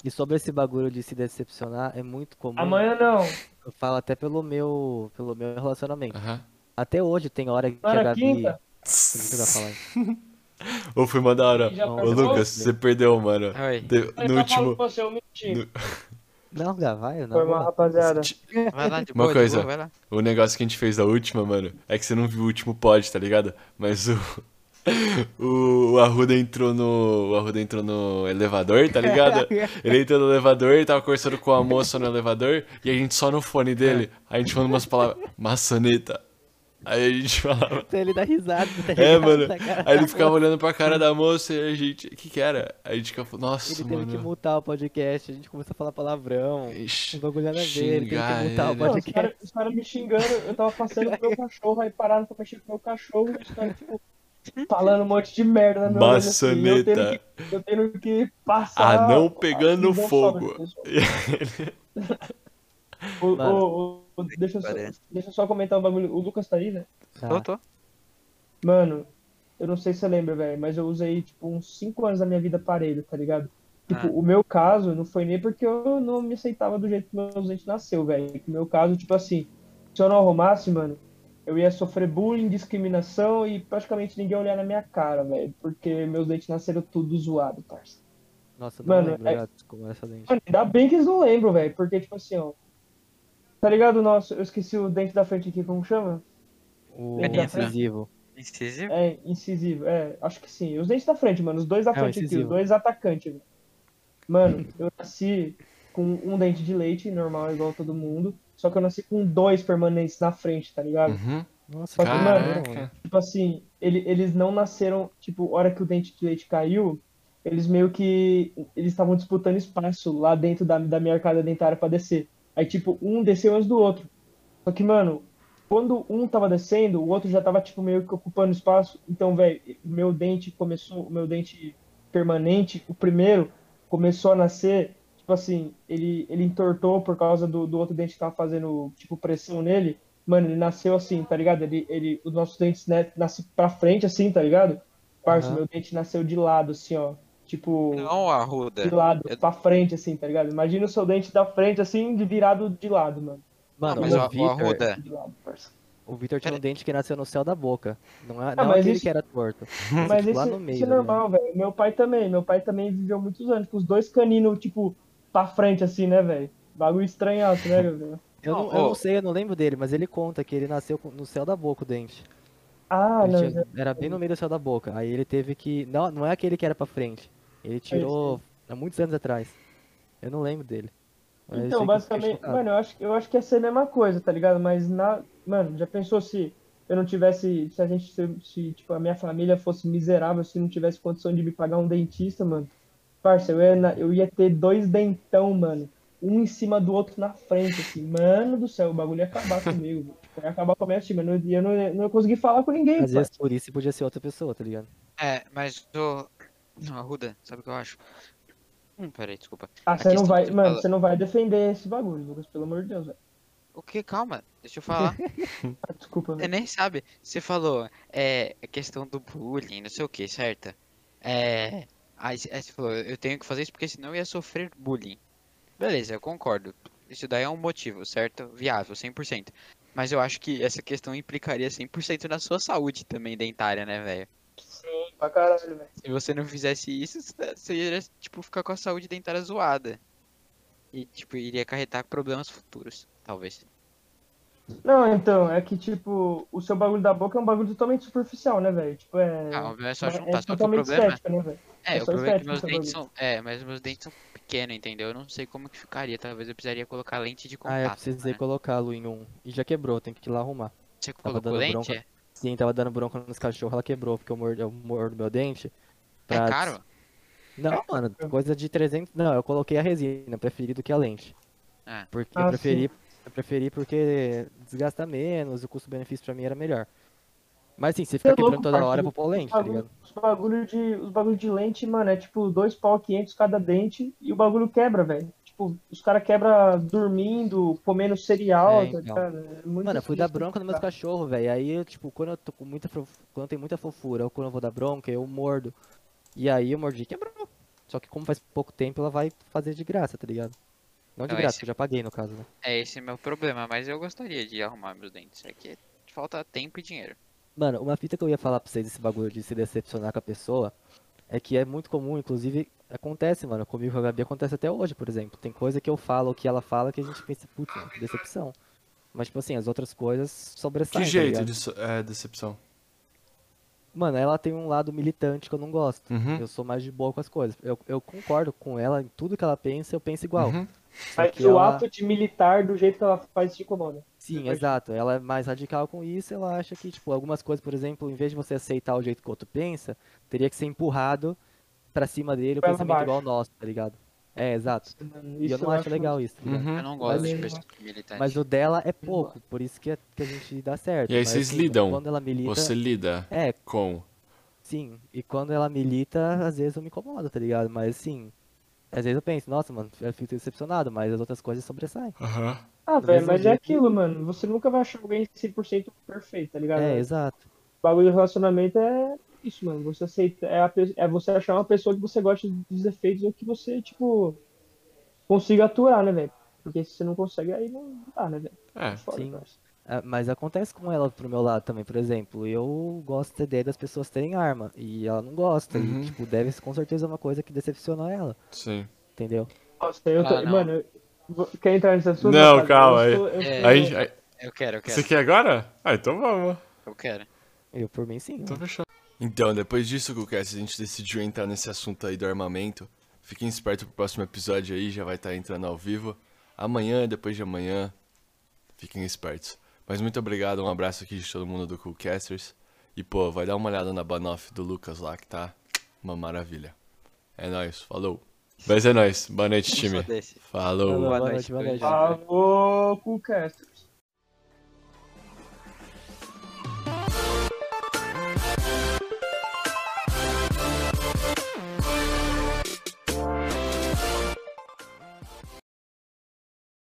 C: E sobre esse bagulho de se decepcionar, é muito comum.
D: amanhã não.
C: Eu falo até pelo meu, pelo meu relacionamento.
A: Aham.
C: Até hoje tem hora que
D: Mano,
C: a Gabi.
D: quinta.
C: Por que eu ia falar isso?
A: Ô, foi uma da hora.
D: Já
A: Ô,
D: passou?
A: Lucas, você perdeu, mano.
B: Oi.
A: Teve-
D: Eu
A: No
D: só falo
A: último.
D: pra você, eu menti.
A: no- tipo-
C: Não, Gabi, vai, eu não.
D: Foi
C: vou
D: mal,
C: lá.
D: rapaziada.
B: Vai lá, de
A: Uma
B: boa, de
A: coisa.
B: boa, vai lá.
A: O negócio que a gente fez da última, mano, é que você não viu o último pod, tá ligado? Mas o. O, o Arruda entrou no. O Arruda entrou no elevador, tá ligado? Ele entrou no elevador, ele tava conversando com a moça no elevador, e a gente só no fone dele, a gente falando umas palavras. Maçaneta. Aí a gente falava.
C: Então ele dá risada, tá ligado?
A: É, mano.
C: Na cara
A: Aí
C: da
A: ele ficava
C: moça.
A: olhando pra cara da moça e a gente. O que que era? Aí a gente ficava. Nossa,
C: Ele teve que
A: mano.
C: multar o podcast, a gente começou a falar palavrão.
A: Ixi,
C: Um bagulho nada a ver, ele teve
A: xingar
C: é que multar o
A: ele. né?
D: Não, os
C: podcast.
D: caras os caras me xingando, eu tava passando com meu cachorro, aí pararam pra mexer com meu cachorro, os caras, tipo, falando um monte de merda na minha orelha, assim, eu tendo
A: Maçaneta.
D: que- Eu tenho que passar.
A: Ah, não
D: a
A: pegando
D: visão
A: fogo.
D: sobre as
A: (laughs)
D: pessoas.
A: Ele-
D: Ô,
C: Mano.
D: ô, ô, deixa, eu só,
B: Parece.
D: deixa eu só comentar um bagulho. O Lucas tá aí, né?
C: Tá.
B: Tô, tô.
D: Mano, eu não sei se você lembra, velho, mas eu usei, tipo, uns 5 anos da minha vida aparelho, tá ligado? Tipo,
B: Ah.
D: o meu caso não foi nem porque eu não me aceitava do jeito que meus dentes nasceu, velho. O meu caso, tipo assim, se eu não arrumasse, mano, eu ia sofrer bullying, discriminação e praticamente ninguém ia olhar na minha cara, velho. Porque meus dentes nasceram tudo zoado, parça.
C: Nossa, não
D: Mano,
C: lembro,
D: é-
C: Gabi, como é essa dente.
D: Mano, ainda bem que eles não lembram, velho. Porque, tipo assim, ó. Tá ligado? Nossa, eu esqueci o dente da frente aqui, como chama?
C: O
B: Caneta.
C: incisivo.
B: Incisivo?
D: É, incisivo. É, acho que sim. Os dentes da frente, mano. Os dois da
C: É, o
D: frente aqui, os
C: incisivo.
D: dois atacantes. velho. Mano, eu nasci com um dente de leite, normal, igual todo mundo. Só que eu nasci com dois permanentes na frente, tá ligado?
C: Hum.
A: Uhum.
C: Nossa,
D: Só que, mano,
C: mano.
A: Caraca.
D: Tipo assim, ele- eles não nasceram, tipo, hora que o dente de leite caiu, eles meio que. Eles estavam disputando espaço lá dentro da, da minha arcada dentária pra descer. Aí, tipo, um desceu antes do outro. Só que, mano, quando um tava descendo, o outro já tava, tipo, meio que ocupando espaço. Então, velho, meu dente começou, o meu dente permanente, o primeiro, começou a nascer. Tipo assim, ele, ele entortou por causa do, do outro dente que tava fazendo, tipo, pressão nele. Mano, ele nasceu assim, tá ligado? Ele, ele, os nossos dentes né, nascem pra frente, assim, tá ligado? Parça,
C: Aham.
D: meu dente nasceu de lado, assim, ó. Tipo,
B: Não, Arruda.
D: de lado,
B: Eu-
D: pra frente, assim, tá ligado? Imagina o seu dente da frente, assim, de virado de lado, mano.
C: Mano,
B: Mas,
C: o,
B: ó, ó,
C: Vitor,
B: Arruda,
D: De lado,
C: (laughs)
D: parça.
C: o Vitor tinha
B: Pera-
C: um dente que nasceu no céu da boca. Não, é,
D: Ah,
C: não
D: mas
C: aquele
D: isso-
C: que era torto.
D: Mas
C: tipo, lá
D: isso,
C: no meio,
D: isso é
C: tá ligado?
D: normal, velho. Meu pai também. Meu pai também viveu muitos anos com os dois caninos, tipo, pra frente, assim, né, velho? Bagulho estranhaço, né, Gabriel?
C: Eu não,
B: Não,
C: eu
B: ô.
C: não sei, eu não lembro dele, mas ele conta que ele nasceu com- no céu da boca o dente.
D: Ah,
C: Ele
D: não.
C: tinha- era bem no meio do céu da boca. Aí ele teve que. Não, não é aquele que era pra frente. Ele tirou há muitos anos atrás. Eu não lembro dele. Mas eu sei que
D: Então,
C: eu fiquei
D: basicamente,
C: chocado.
D: mano, eu acho, eu acho que ia ser a mesma coisa, tá ligado? Mas na. Mano, já pensou se eu não tivesse. Se a gente. Se, se, tipo, a minha família fosse miserável, se não tivesse condição de me pagar um dentista, mano. Parça, eu ia, na- eu ia ter dois dentão, mano. Um em cima do outro na frente, assim. Mano do céu, o bagulho ia acabar comigo. (laughs) velho. Tipo, ia acabar com a minha estima. Eu não, eu não, eu não ia conseguir falar com ninguém,
C: Às
D: parça.
C: vezes por isso podia ser outra pessoa, tá ligado?
B: É, mas o. Não, Arruda, sabe o que eu acho? Hum, peraí, desculpa.
D: Ah,
B: A
D: você não
B: questão
D: vai.
B: que você
D: Mano,
B: fala-
D: você não vai defender esse bagulho, Lucas, pelo amor de Deus, velho.
B: O que? Calma, deixa eu falar.
D: Ah, Desculpa,
B: Você
D: velho.
B: É, nem sabe. Você falou, é, a questão do bullying, não sei o que, certo? É. Aí, c- aí você falou, eu tenho que fazer isso porque senão eu ia sofrer bullying. Beleza, eu concordo. Isso daí é um motivo, certo? Viável, 100%. Mas eu acho que essa questão implicaria 100% na sua saúde também dentária, né, velho?
D: Pra caralho, velho.
B: Se você não fizesse isso, você- você iria, tipo, ficar com a saúde dentária zoada. E, tipo, iria acarretar problemas futuros, talvez.
D: Não, então, é que, tipo, o seu bagulho da boca é um bagulho totalmente superficial, né, velho? Tipo, é.
B: Ah, o meu é só
D: é
B: juntar, só que o
D: totalmente
B: problema...
D: estética, né, velho?
B: É,
D: É
B: o
D: só
B: problema é que
D: estético
B: meus
D: seu
B: dentes
D: bagulho.
B: são. É, mas meus dentes são pequenos, entendeu? Eu não sei como que ficaria. Talvez eu precisaria colocar lente de
C: Ah, eu
B: contato.
C: precisei
B: né?
C: colocá-lo em um. E já quebrou, tem que ir lá arrumar.
B: Você
C: tava
B: colocou
C: dando
B: lente?
C: bronca.
B: É,
C: Sim, tava dando bronca nos cachorros, ela quebrou, porque eu mordo, eu mordo meu dente.
B: é
C: pra-
B: caro?
D: É,
C: Não, mano, coisa de 300. Não, eu coloquei a resina, preferi do que a lente.
B: Ah.
C: Porque
D: Ah,
C: eu preferi, eu preferi porque desgasta menos, o custo-benefício pra mim era melhor. Mas sim, você
D: Você é
C: fica quebrando
D: louco,
C: toda hora
D: parceiro.
C: pra pôr lente, tá ligado?
D: Os bagulho de, os bagulho de lente, mano, é tipo dois pau 500 cada dente e o bagulho quebra, velho. Tipo, os caras quebram dormindo, comendo cereal,
C: É,
D: tá
C: então.
D: ligado? É muito
C: Mano, eu fui dar
D: difícil, tá?
C: bronca nos meus
D: cara.
C: cachorros, velho. Aí, eu, tipo, quando eu tô com muita. fo- Quando tem muita fofura, ou quando eu vou dar bronca, eu mordo. E aí eu mordi e quebrou. Só que como faz pouco tempo, ela vai fazer de graça, tá ligado? Não de
B: Então,
C: graça,
B: esse-
C: que eu já paguei no caso, né?
B: É esse é meu problema, mas eu gostaria de arrumar meus dentes. É que falta tempo e dinheiro.
C: Mano, uma fita que eu ia falar pra vocês, esse bagulho de se decepcionar com a pessoa, é que é muito comum, inclusive, acontece, mano. Comigo com a Gabi acontece até hoje, por exemplo. Tem coisa que eu falo, que ela fala, que a gente pensa, putz, mano, que decepção. Mas, tipo assim, as outras coisas
A: Que
C: sobressaem, tá
A: jeito
C: ligado?
A: de so- é, decepção?
C: Mano, ela tem um lado militante que eu não gosto.
A: Uhum.
C: Eu sou mais de boa com as coisas. Eu, eu concordo com ela em tudo que ela pensa, eu penso igual.
A: uhum.
C: Só
D: Mas
C: que
D: o
C: ela...
D: ato de militar, do jeito que ela faz, né? te incomoda.
C: Sim,
D: Pode-
C: exato. Ela é mais radical com isso. Ela acha que, tipo, algumas coisas, por exemplo, em vez de você aceitar o jeito que o outro pensa, teria que ser empurrado pra cima dele o
D: Pra
C: pensamento
D: baixo.
C: igual ao nosso, tá ligado? É, exato.
D: Mano,
C: E eu não acho legal isso, tá ligado?
A: Uhum.
B: Eu não gosto de
D: Mas-
B: pessoas militantes.
C: Mas o dela é pouco, por isso que, é- que a gente dá certo.
A: E aí
C: Mas,
A: vocês
C: assim, mano,
A: lidam?
C: Quando ela milita.
A: Você lida
C: É,
A: com.
C: Sim, e quando ela milita, às vezes eu me incomodo, tá ligado? Mas assim, às vezes eu penso, nossa, mano, eu fico decepcionado, mas as outras coisas sobressaem.
A: Aham.
D: Ah, velho, mas é
C: jeito.
D: aquilo, mano. Você nunca vai achar alguém 100% perfeito, tá ligado?
C: É, exato.
D: O bagulho do relacionamento é isso, mano. Você aceita. É, a pe- é você achar uma pessoa que você gosta dos defeitos ou que você, tipo, consiga aturar, né, velho? Porque se você não consegue, aí não dá, né, velho?
A: É.
D: Foda,
C: Sim.
D: parça.
C: Ah, Mas acontece com ela pro meu lado também, por exemplo. Eu gosto da ideia das pessoas terem arma, e ela não gosta,
A: Uhum.
C: e tipo, deve ser com certeza uma coisa que decepcionou ela,
A: Sim.
C: entendeu?
D: Nossa, eu tô.
B: Ah, não.
D: mano, eu- vou- quer entrar nesse assunto?
A: Não,
D: Rapaziada?
A: calma,
D: Eu sou- eu
B: é-
D: sou-
A: Aí, aí-
B: Eu quero, eu
A: você
B: quero,
A: quer agora? Ah, então vamos.
B: eu quero.
C: Eu, por mim, sim.
A: Então
C: mano.
A: fechou. Então, depois disso, Gucast, a gente decidiu entrar nesse assunto aí do armamento. Fiquem espertos pro próximo episódio aí, já vai estar entrando ao vivo. Amanhã, depois de amanhã. Fiquem espertos. Mas muito obrigado, um abraço aqui de todo mundo do Coolcasters. E pô, vai dar uma olhada na Banoff do Lucas lá, que tá uma maravilha. É nóis, falou. Mas é nóis. Boa noite, time.
E: Só desse.
A: Falou.
C: Boa noite, boa noite.
D: Falou, Cucasters.